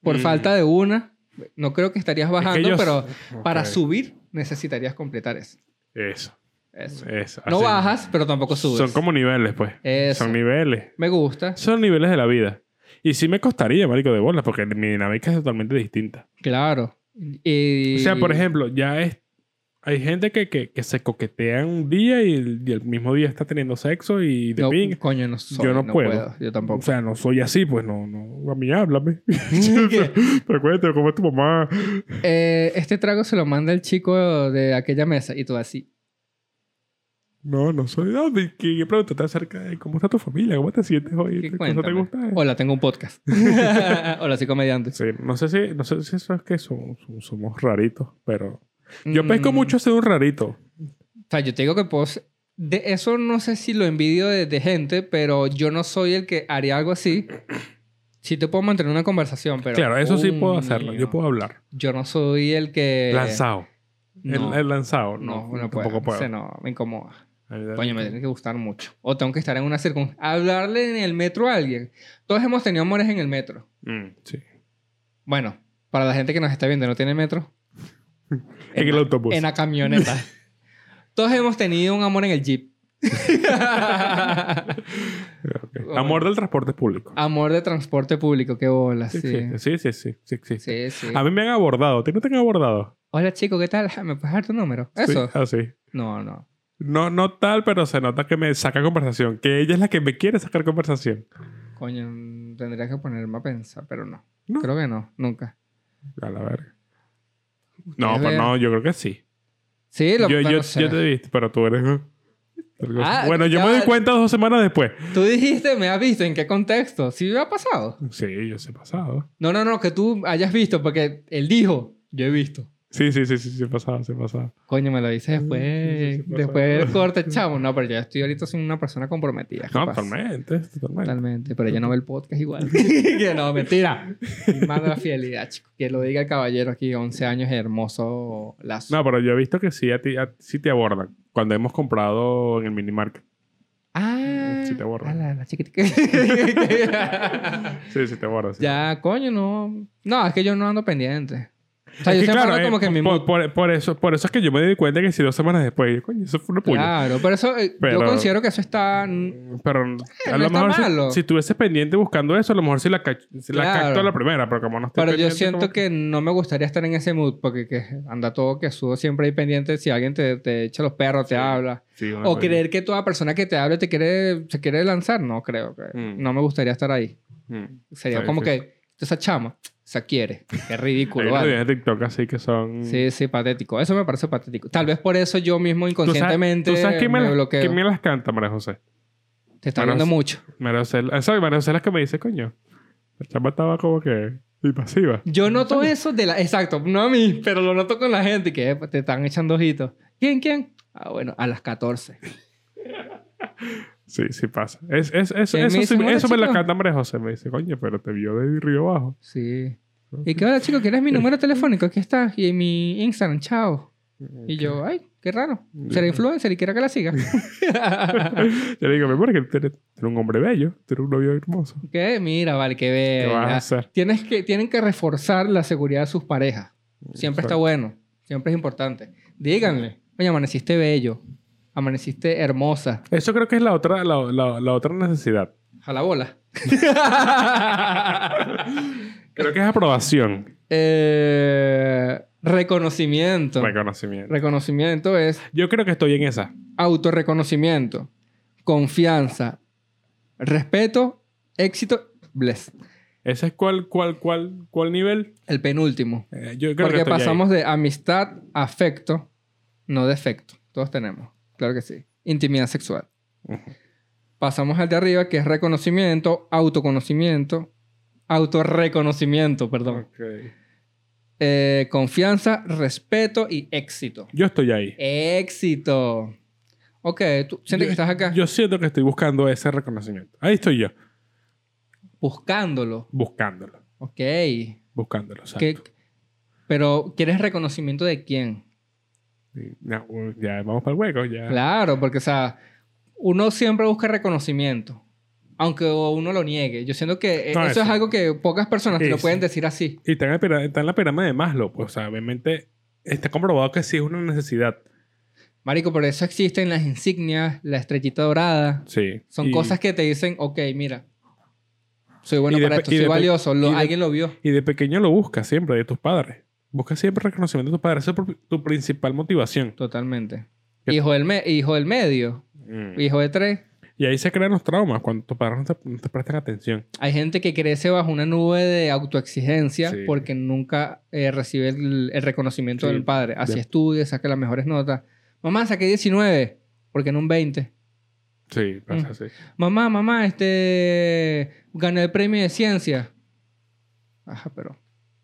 Por Mm. falta de una, no creo que estarías Es que bajando, ellos- pero para Ok. subir necesitarías completar eso. Eso, Eso. eso. no Así- bajas, pero tampoco subes. Son como niveles, pues. Eso. Son niveles. Me gusta. Son niveles de la vida. Y sí me costaría, marico, de bolas, porque mi dinámica es totalmente distinta. Claro. Y- O sea, por ejemplo, ya es... Hay gente que, que, que se coquetea un día y el, y el mismo día está teniendo sexo y de No, ping. coño, no soy, Yo no puedo. Yo O tampoco. sea, no soy así, pues no, no. A mí háblame. [laughs] Te cuento cómo es tu mamá. Eh, este trago se lo manda el chico de aquella mesa y tú así. No, no soy. No, ¿qué, qué preguntaste acerca de cómo está tu familia? ¿Cómo te sientes hoy? ¿Qué ¿Qué cosa te cuéntame? gusta? Hola, tengo un podcast. [laughs] Hola, soy comediante. Sí, no sé si, no sé si eso es que son- son- somos raritos, pero. Yo pesco Mm, mucho ser un rarito. O sea, yo te digo que puedo... ser- De eso no sé si lo envidio de, de gente, pero yo no soy el que haría algo así. Sí te puedo mantener una conversación, pero... claro, eso sí puedo coño, hacerlo. Yo puedo hablar. Yo no soy el que... lanzado. Eh, No, el, el lanzado. no, No, no, puedo. tampoco puedo. Ese no, me incomoda. A mí- Coño, me tiene que gustar mucho. O tengo que estar en una circunstancia. Hablarle en el metro a alguien. Todos hemos tenido amores en el metro. Mm, sí. Bueno, para la gente que nos está viendo, no tiene metro, En el autobús. en la camioneta. [laughs] Todos hemos tenido un amor en el jeep. Ok. Amor del transporte público. amor de transporte público, qué bola, Ah, sí. Sí, sí, sí, sí, sí, sí. Sí, sí. A mí me han abordado. ¿Te no te han abordado? Hola chico, ¿qué tal? ¿Me puedes dar tu número? Eso. Sí, así. No, no. No, no tal, pero se nota que me saca conversación. Que ella es la que me quiere sacar conversación. Coño, mm, tendría que ponerme a pensar, pero no. No. Creo que no, nunca. A la verga. No, Ustedes pero no, vean. yo creo que sí. Sí, lo yo, pero yo, no sé. yo te he visto, pero tú eres. algo así. Ah, bueno, yo ya me doy va. cuenta dos semanas después. Tú dijiste, me has visto, ¿en qué contexto? ¿Sí me ha pasado? Sí, yo sé pasado. No, no, no, que tú hayas visto, porque él dijo, yo he visto. Sí, sí, sí, sí, sí, he pasado, sí, he pasado. Coño, me lo Ah, dices Sí, sí, sí, después, sí, después del pasado. corte, chavo. No, pero yo estoy ahorita soy una persona comprometida. No, capaz. totalmente, totalmente. Totalmente, pero ella no ve el podcast [laughs] igual. [laughs] que no, mentira. Más la fidelidad, chico. Que lo diga el caballero aquí, 11 años, hermoso lazo. No, pero yo he visto que sí, a ti, a- sí te abordan. Cuando hemos comprado en el minimarket. Ah, Sí te borro. a la, la chiquitica. Sí, sí te abordan. sí. [laughs] ya, coño, no. No, es que yo no ando pendiente. O sea, Es yo que siempre claro, ando eh, como que en mi por, mood. por- por eso, por eso es que yo me di cuenta que si dos semanas después, yo, coño, eso fue una puya. Claro, pero eso eh, yo Pero- considero que eso está. Pero a no lo está mejor si- malo. si, estuviese pendiente buscando eso, a lo mejor si la, ca- si la Claro. cacto a la primera, pero como no estoy Pero yo pendiente, siento como- que no me gustaría estar en ese mood porque que anda todo que subo siempre ahí pendiente si alguien te, te echa los perros, te Sí. habla. Sí, una O coña. creer que toda persona que te hable te quiere, se quiere lanzar, no creo. que- Mm. No me gustaría estar ahí. Mm. Sería Sí, como sí. que esa chama se quiere. Qué [laughs] Hay ridículo, unos ¿vale? videos de TikTok así que son... Sí, sí, patético. Eso me parece patético. Tal vez por eso yo mismo ¿Tú sabes- inconscientemente ¿Tú sabes quién me, me, las- bloqueo. quién me las canta, María José? Te está Bueno, viendo es- mucho. María José, esa María José es la que me dice, coño, la chamba estaba como que impasiva. Yo noto eso de la... Exacto, no a mí, pero lo noto con la gente que eh, te están echando ojitos. ¿Quién, quién? Ah, bueno, a las 14. Sí, sí pasa. Es, es, es- ¿Quién eso me sí- dice, "Hola, eso me la chico"? canta María José. Me dice, coño, pero te vio de río abajo. Sí. ¿Y qué hora, chico? [laughs] ¿Quieres mi número telefónico? Aquí está. Y mi Instagram, chao. Y yo, ay, qué raro. Será influencer y quiero que la siga. [laughs] Yo le digo, mi amor, que tú eres, tú eres un hombre bello, tú eres un novio hermoso. ¿Qué? Mira, vale, qué ¿Qué vas a bella. hacer? Tienes que, tienen que reforzar la seguridad de sus parejas. Siempre está Exacto. bueno. Siempre es importante. Díganle. Oye, amaneciste bello. Amaneciste hermosa. Eso creo que es la otra, la, la- la otra [laughs] necesidad. A la bola. Creo que es aprobación, Eh, reconocimiento. reconocimiento. reconocimiento es Yo creo que estoy en esa. autorreconocimiento, confianza, respeto, éxito, bless. ¿Ese es cuál, cuál, cuál, cuál nivel? El penúltimo. Eh, yo creo que Porque estoy ahí. pasamos de amistad, afecto, no defecto. Todos tenemos, claro que sí. Intimidad sexual. Ujú. Pasamos al de arriba, que es reconocimiento, autoconocimiento, autorreconocimiento, perdón. Ok. Eh, confianza, respeto y éxito. Yo estoy ahí. Éxito. Ok, tú sientes que Yo- estás acá Yo siento que estoy buscando ese reconocimiento. Ahí estoy yo, buscándolo. buscándolo, Ok. buscándolo. exacto. ¿Qué- pero ¿quieres reconocimiento de quién? Sí, Ya, uh, ya vamos para el hueco, ya. Claro, porque, o sea, uno siempre busca reconocimiento, aunque uno lo niegue. Yo siento que eh, No, eso, eso. es algo que pocas personas te lo Eso. pueden decir así. Y está en, la pira- está en la pirámide de Maslow. Pues, o sea, obviamente está comprobado que sí es una necesidad. Marico, por eso existen las insignias, la estrellita dorada. Sí. Son Y- cosas que te dicen, ok, mira, soy bueno Y de para pe- esto, y soy de pe- valioso, lo- y de- alguien lo vio. Y de pequeño lo buscas siempre, de tus padres. Busca siempre reconocimiento de tus padres. Esa es tu- tu principal motivación. Totalmente. ¿Qué- Mm. Hijo del, me- hijo del medio, hijo de tres. Y ahí se crean los traumas cuando tus padres no te, no te prestan atención. Hay gente que crece bajo una nube de autoexigencia Sí. porque nunca eh, recibe el, el reconocimiento Sí. del padre. Así De- estudie, saque las mejores notas. Mamá, saqué 19, porque no un 20. Sí, pasa así. Mamá, mamá, este gané el premio de ciencia. Ajá, pero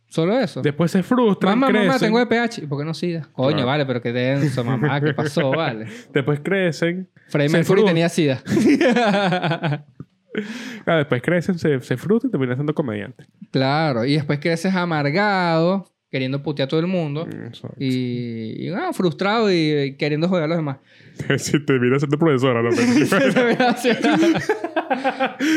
solo eso. Después se frustran, mamá, mamá, crecen. Ah. tengo EPH. ¿Y por qué no SIDA? Coño, Claro. vale, pero qué denso, mamá, [laughs] ¿qué pasó? Vale. Después crecen. Freddie Se Mercury frustra. tenía SIDA. [laughs] Ah, después crecen, se, se frustran y terminan siendo comediantes. claro, y después creces amargado, queriendo putear a todo el mundo. Mm, so- Oh. [laughs] Y, y, ah, frustrado y, y queriendo joder a los demás. [laughs] si terminas siendo profesora, lo que-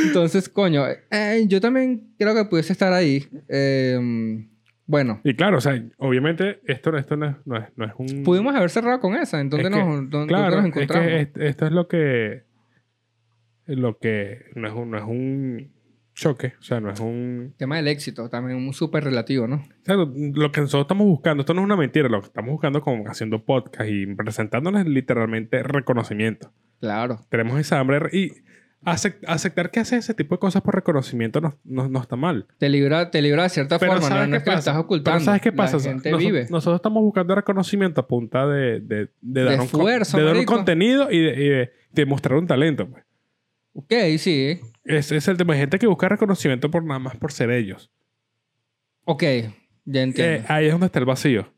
Entonces, coño, eh, yo también creo que pudiese estar ahí. Eh, Bueno, [laughs] Y claro, o sea, obviamente esto, esto no, es, no, es, no es un... pudimos haber cerrado con esa. ¿En dónde, Es nos, que- dónde- dónde Claro, nos es que encontramos? est- esto es lo que... Lo que no es, un, no es un choque, o sea, no es un... tema del éxito, también un súper relativo, ¿no? o sea, lo que nosotros estamos buscando, esto no es una mentira, lo que estamos buscando con haciendo podcast y presentándonos es literalmente reconocimiento. Claro. Tenemos esa hambre y acep- aceptar que hace ese tipo de cosas por reconocimiento no, no- no está mal. Te libra, te libra de cierta Pero forma, ¿no? ¿sabes No qué es que lo pasa? estás ocultando. Pero ¿sabes qué La pasa? gente Nos- vive. Nosotros estamos buscando reconocimiento a punta de, de, de De dar, un, co- esfuerzo, de dar un marico. contenido y de, y de- de mostrar un talento. pues. Ok, sí. Ese es el tema. Hay gente que busca reconocimiento por nada más por ser ellos. Ok, ya Eh, entiendo. ahí es donde está el vacío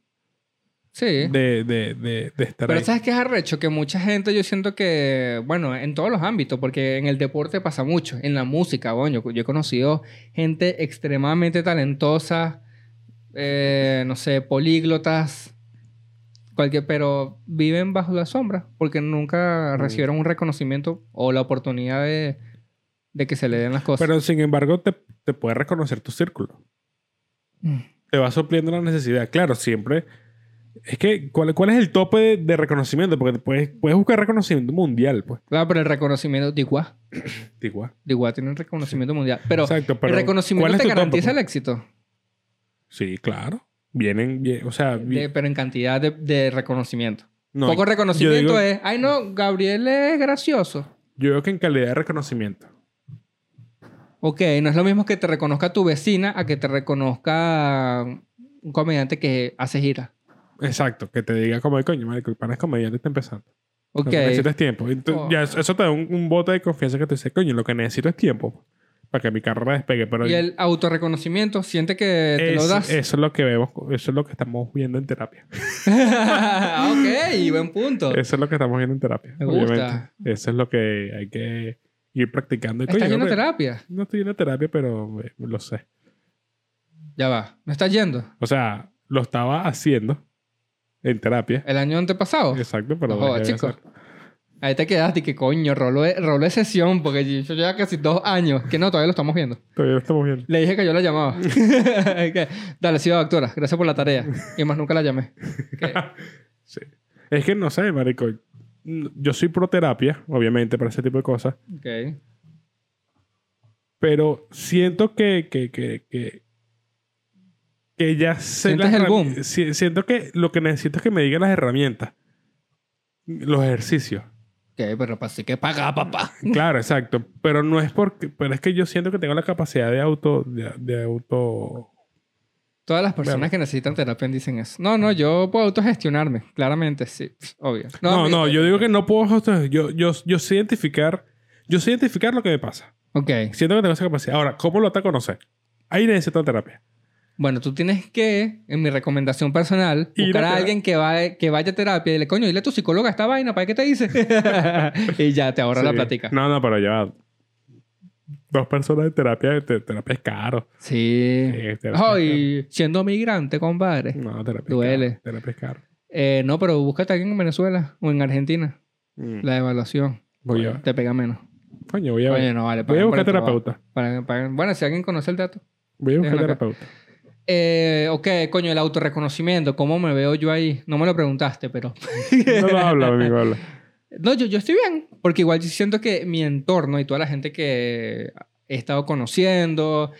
sí. de, de, de, de estar Pero ahí. ¿sabes qué es arrecho? Que mucha gente yo siento que, bueno, en todos los ámbitos, porque en el deporte pasa mucho, en la música, coño. Yo he conocido gente extremadamente talentosa, eh, no sé, políglotas, cualquier, pero viven bajo la sombra porque nunca Mm. recibieron un reconocimiento o la oportunidad de, de que se le den las cosas. Pero sin embargo, te, te puede reconocer tu círculo. Mm. Te va supliendo la necesidad. Claro, siempre. Es que, ¿cuál, cuál es el tope de, de reconocimiento? Porque te puedes, puedes buscar reconocimiento mundial, pues. Claro, Ah, pero el reconocimiento, de igual, Igual. de igual tiene un reconocimiento mundial. Pero Exacto, pero el ¿cuál reconocimiento es te tu tope, garantiza pues? el éxito. Sí, claro. Vienen, bien- o sea, vi- De- pero en cantidad de, de reconocimiento. no, Poco reconocimiento eh. yo digo- es, ay no, Gabriel es gracioso. yo creo que en calidad de reconocimiento. Ok, no es lo mismo que te reconozca tu vecina a que te reconozca un comediante que hace gira. Exacto, que te diga como, coño, marico, el pan es comediante está empezando. Ok, Lo que necesito es tiempo. Entu- Oh. ya, eso eso te da un, un bote de confianza que te dice, coño, lo que necesito es tiempo pues, para que mi carrera despegue. Pero y el autorreconocimiento, siente que te es- lo das. [laughs] eso es lo que vemos, eso es lo que estamos viendo en terapia. Ah, ok, buen punto. Eso es lo que estamos viendo en terapia. Me gusta. Eso es lo que hay que ir practicando. Y, coño, pues. ¿Estás yendo a no, terapia? no estoy yendo a terapia, pero eh, lo sé. Ya va, ¿no estás yendo? O sea, lo estaba haciendo en terapia. ¿El año antepasado? Exacto, pero Oh. No jodas, dejé de chico. hacer. Ahí te quedaste y que coño, roló de, roló de sesión porque yo lleva casi dos años. Que no, todavía lo estamos viendo. todavía lo estamos viendo. Le dije que yo [laughs] la llamaba. [laughs] Que, Dale, sí, doctora. Gracias por la tarea. Y más nunca la llamé. Que, Sí. Es que no sé, marico. N- Yo soy pro terapia, obviamente, para ese tipo de cosas. ok. Pero siento que... que, que, que que ya sé ¿Sientes las el herram- boom? si- Siento que lo que necesito es que me digan las herramientas. Los [laughs] ejercicios. Ok, pero pasé que paga, papá. Claro, exacto. Pero no es porque... Pero es que yo siento que tengo la capacidad de auto... De, de auto... Todas las personas Bueno. que necesitan terapia dicen eso. No, no, yo puedo autogestionarme. Claramente, sí. Pff, Obvio. No, no, mi- yo digo que no puedo... Yo, yo, yo sé identificar... Yo sé identificar lo que me pasa. Ok. Siento que tengo esa capacidad. Ahora, ¿cómo lo ataco? No sé. Ahí necesito terapia. Bueno, tú tienes que, en mi recomendación personal, Ir a buscar a terapia. alguien que, va, que vaya a terapia y le coño, dile a tu psicóloga esta vaina, ¿para qué te dice? [laughs] y ya, te ahorra la Sí. plática. No, no, pero ya va. Dos personas de terapia, te- terapia es caro. Sí. Sí, terapia es Ay, siendo migrante, compadre. caro. No, terapia Duele. Es caro. Terapia es caro. Eh, no, pero búscate a alguien en Venezuela o en Argentina. Mm. La evaluación. Voy a- Te pega menos. Coño, voy a Oye, ver. no, vale. Voy a pagan por buscar el trabajo. terapeuta. Pagan- pagan- Bueno, si alguien conoce el dato. Voy a buscar Déjalo acá. terapeuta. Eh, ok, coño, el autorreconocimiento. ¿Cómo me veo yo ahí? No me lo preguntaste, pero... No, no habla, amigo, [laughs] habla. No, yo, yo estoy bien. Porque igual yo siento que mi entorno y toda la gente que he estado conociendo,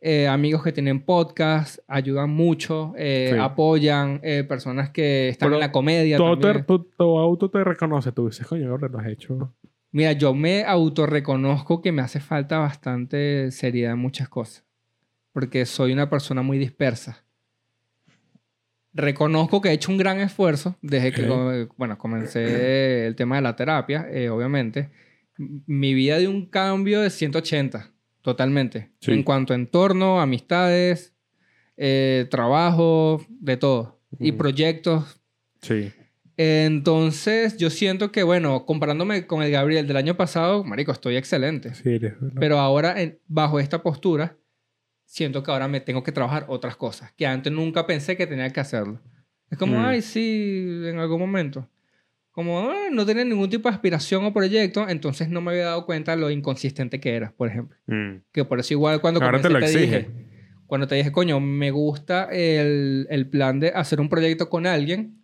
eh, amigos que tienen podcast, ayudan mucho, eh, Sí. apoyan, eh, personas que están Pero en la comedia. Tu auto, también. tu- tu auto te reconoce. Tú dices, coño, ahora lo has hecho. Mira, yo me autorreconozco que me hace falta bastante seriedad en muchas cosas, porque soy una persona muy dispersa. Reconozco que he hecho un gran esfuerzo desde que, Ok. co- bueno, [clears throat] comencé el tema de la terapia, eh, obviamente. M- Mi vida dio un cambio de 180, totalmente. Sí. En cuanto a entorno, amistades, eh, trabajo, de todo. Y Ujú. proyectos, Sí. entonces, yo siento que, bueno, comparándome con el Gabriel del año pasado, marico, estoy excelente. Sí, eres- no. Pero ahora, en- bajo esta postura, siento que ahora me tengo que trabajar otras cosas que antes nunca pensé que tenía que hacerlo. Es como, Mm. ay, sí, en algún momento. Como ah, no tenía ningún tipo de aspiración o proyecto, entonces no me había dado cuenta lo inconsistente que era, por ejemplo. Mm. Que por eso igual cuando Ahora te comencé lo te exige. dije, Cuando te dije, coño, me gusta el, el plan de hacer un proyecto con alguien,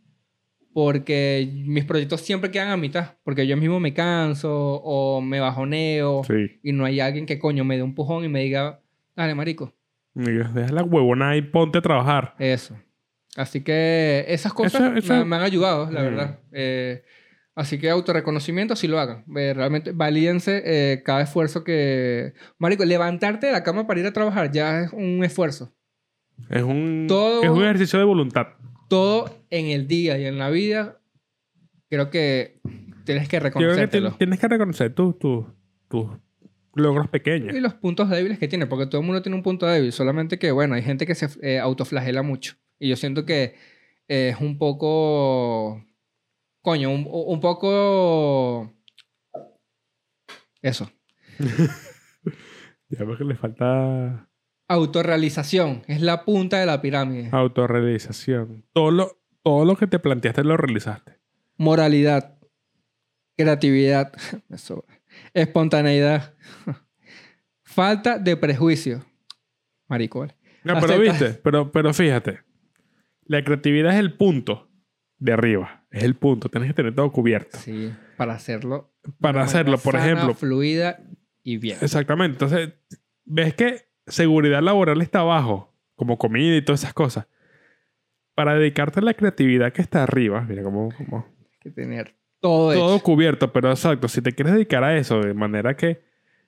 porque mis proyectos siempre quedan a mitad, porque yo mismo me canso o me bajoneo Sí. y no hay alguien que coño me dé un pujón y me diga, dale, marico, Mira, Deja la huevona y ponte a trabajar. eso. Así que esas cosas Eso- me- eso- Me, han ayudado, la Mm. verdad. Eh, así que autorreconocimiento sí lo hagan. Eh, realmente valídense eh, cada esfuerzo que... Marico, levantarte de la cama para ir a trabajar ya es un esfuerzo. Es un, Todo- es un ejercicio de voluntad. Todo en el día y en la vida, creo que tienes que Yo creo que reconocértelo. ti- tienes que reconocer tus tus- tus logros pequeños. Y los puntos débiles que tiene, porque todo el mundo tiene un punto débil, solamente que, bueno, hay gente que se eh, autoflagela mucho. Y yo siento que eh, es un poco. Coño, un, un poco. Eso. Ya veo que le falta Autorrealización es la punta de la pirámide. Ah. autorrealización. Todo lo, todo lo que te planteaste lo realizaste. Moralidad. Creatividad. [laughs] me sobra. Espontaneidad. [laughs] Falta de prejuicio. Marico, vale. No, pero Acepta- viste, pero, pero fíjate. La creatividad es el punto de arriba. Es el punto. Tienes que tener todo cubierto. Sí, para hacerlo. de Para manera hacerlo, por sana, ejemplo. Fluida y bien. Exactamente. Entonces, ves que seguridad laboral está abajo, como comida y todas esas cosas. Para dedicarte a la creatividad que está arriba, mira cómo, cómo- que tener todo, todo hecho. cubierto, pero exacto, si te quieres dedicar a eso de manera que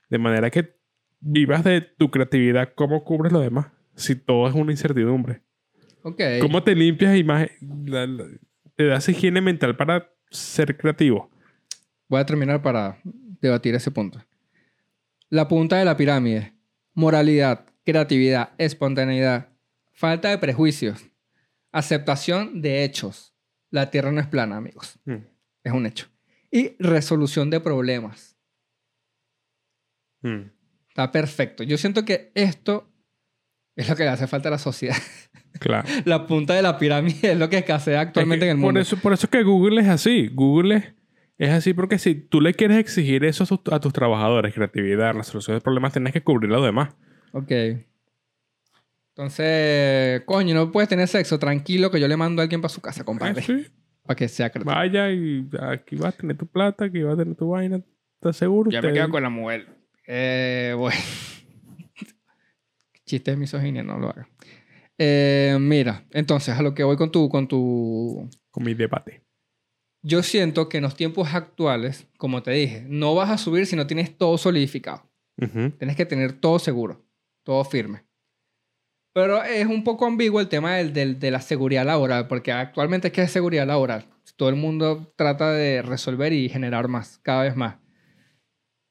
de manera que vivas de tu creatividad, ¿cómo cubres lo demás? Si todo es una incertidumbre. Ok. ¿Cómo te limpias imagen? te das higiene mental para ser creativo. Voy a terminar para debatir ese punto. La punta de la pirámide. Moralidad, creatividad, espontaneidad, falta de prejuicios, aceptación de hechos. La tierra no es plana, amigos. Mm. Es un hecho. Y resolución de problemas. Mm. Está perfecto. Yo siento que esto es lo que le hace falta a la sociedad. [laughs] Claro. [laughs] La punta de la pirámide es lo que escasea actualmente Es que en el mundo. Por eso, por eso es que Google es así. Google es, es así porque si tú le quieres exigir eso a, sus- a tus trabajadores, creatividad, resolución de problemas, tienes que cubrir lo demás. Ok. Entonces, coño, no puedes tener sexo. Tranquilo que yo le mando a alguien para su [laughs] casa, compadre. Ah, Sí. Para que sea creativo. Vaya y aquí vas a tener tu plata, aquí vas a tener tu vaina, ¿estás seguro? Ya me Te- quedo con la mujer. Eh, bueno. [laughs] Chiste de misoginia, no lo haga. Eh, mira, entonces, a lo que voy con tu, con tu... con mi debate. Yo siento que en los tiempos actuales, como te dije, no vas a subir si no tienes todo solidificado. Ujú. Tienes que tener todo seguro, todo firme. Pero es un poco ambiguo el tema del, del- de la seguridad laboral, porque actualmente ¿qué es seguridad laboral? Todo el mundo trata de resolver y generar más, cada vez más.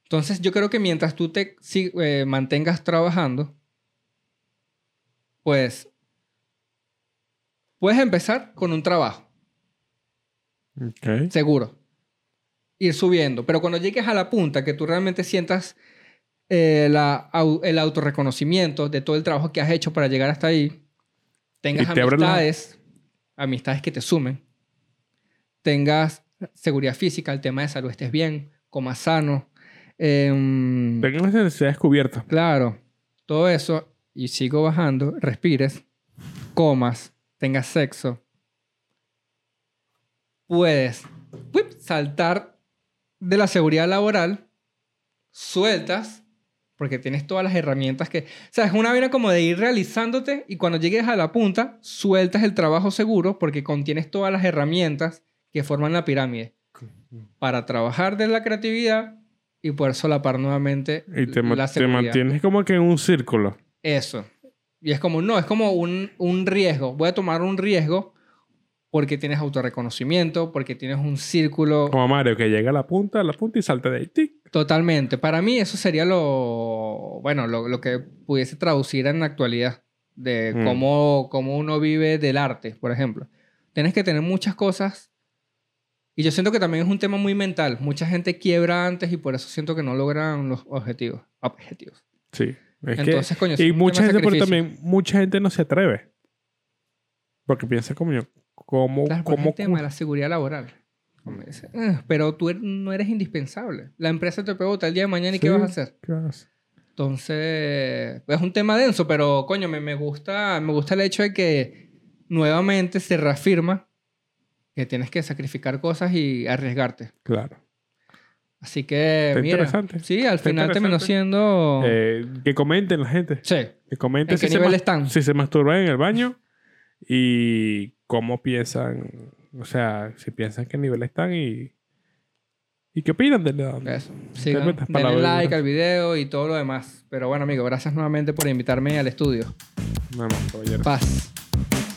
Entonces yo creo que mientras tú te si- eh, mantengas trabajando, pues puedes empezar con un trabajo Ok. seguro. Ir subiendo. Pero cuando llegues a la punta, que tú realmente sientas eh, la au- el autorreconocimiento de todo el trabajo que has hecho para llegar hasta ahí, tengas Y te abre la- amistades, amistades que te sumen, tengas seguridad física, el tema de salud, estés bien, comas sano. em, Tengo las necesidades cubiertas. Claro, todo eso, y sigo bajando, respires, comas, tengas sexo, puedes ¡whip!, saltar de la seguridad laboral, sueltas, porque tienes todas las herramientas que... O sea, es una vaina como de ir realizándote y cuando llegues a la punta, sueltas el trabajo seguro porque contienes todas las herramientas que forman la pirámide para trabajar de la creatividad y poder solapar nuevamente Y te, ma- la te seguridad. mantienes como que en un círculo. Eso. Y es como, no, es como un, un riesgo. Voy a tomar un riesgo porque tienes autorreconocimiento, porque tienes un círculo Como Mario, que llega a la punta, a la punta y salta de ahí. ¡Tic! totalmente. Para mí eso sería lo, bueno, lo, lo que pudiese traducir en la actualidad de Mm. cómo, cómo uno vive del arte, por ejemplo. Tienes que tener muchas cosas. Y yo siento que también es un tema muy mental. Mucha gente quiebra antes y por eso siento que no logran los objetivos. objetivos. Sí. Es que- Entonces, coño, eso es y un tema mucha de gente, pero sacrificio. también mucha gente no se atreve. Porque piensa como yo, ¿cómo, Claro, porque cómo el tema de la seguridad laboral. Como dice, "Eh, "Ah, Pero tú er- no eres indispensable. La empresa te pegó tal día de mañana y ¿qué Sí. vas a hacer? cu- qué vas? Entonces, pues, es un tema denso, pero coño, me, me gusta, me gusta el hecho de que nuevamente se reafirma que tienes que sacrificar cosas y arriesgarte. Claro. Así que, Está mira, interesante. sí, al Está final terminó interesante. siendo... Eh, que comenten la gente. sí, Que comenten Oh. ¿En qué si se, nivel mas- están? si se masturban en el baño y cómo piensan, o sea, si piensan qué nivel están y, y qué opinan de la... eso. pues, Sigan, metas para denle la like vida. al video y todo lo demás. Pero bueno, amigo, gracias nuevamente por invitarme al estudio. Nada más, caballero. Paz.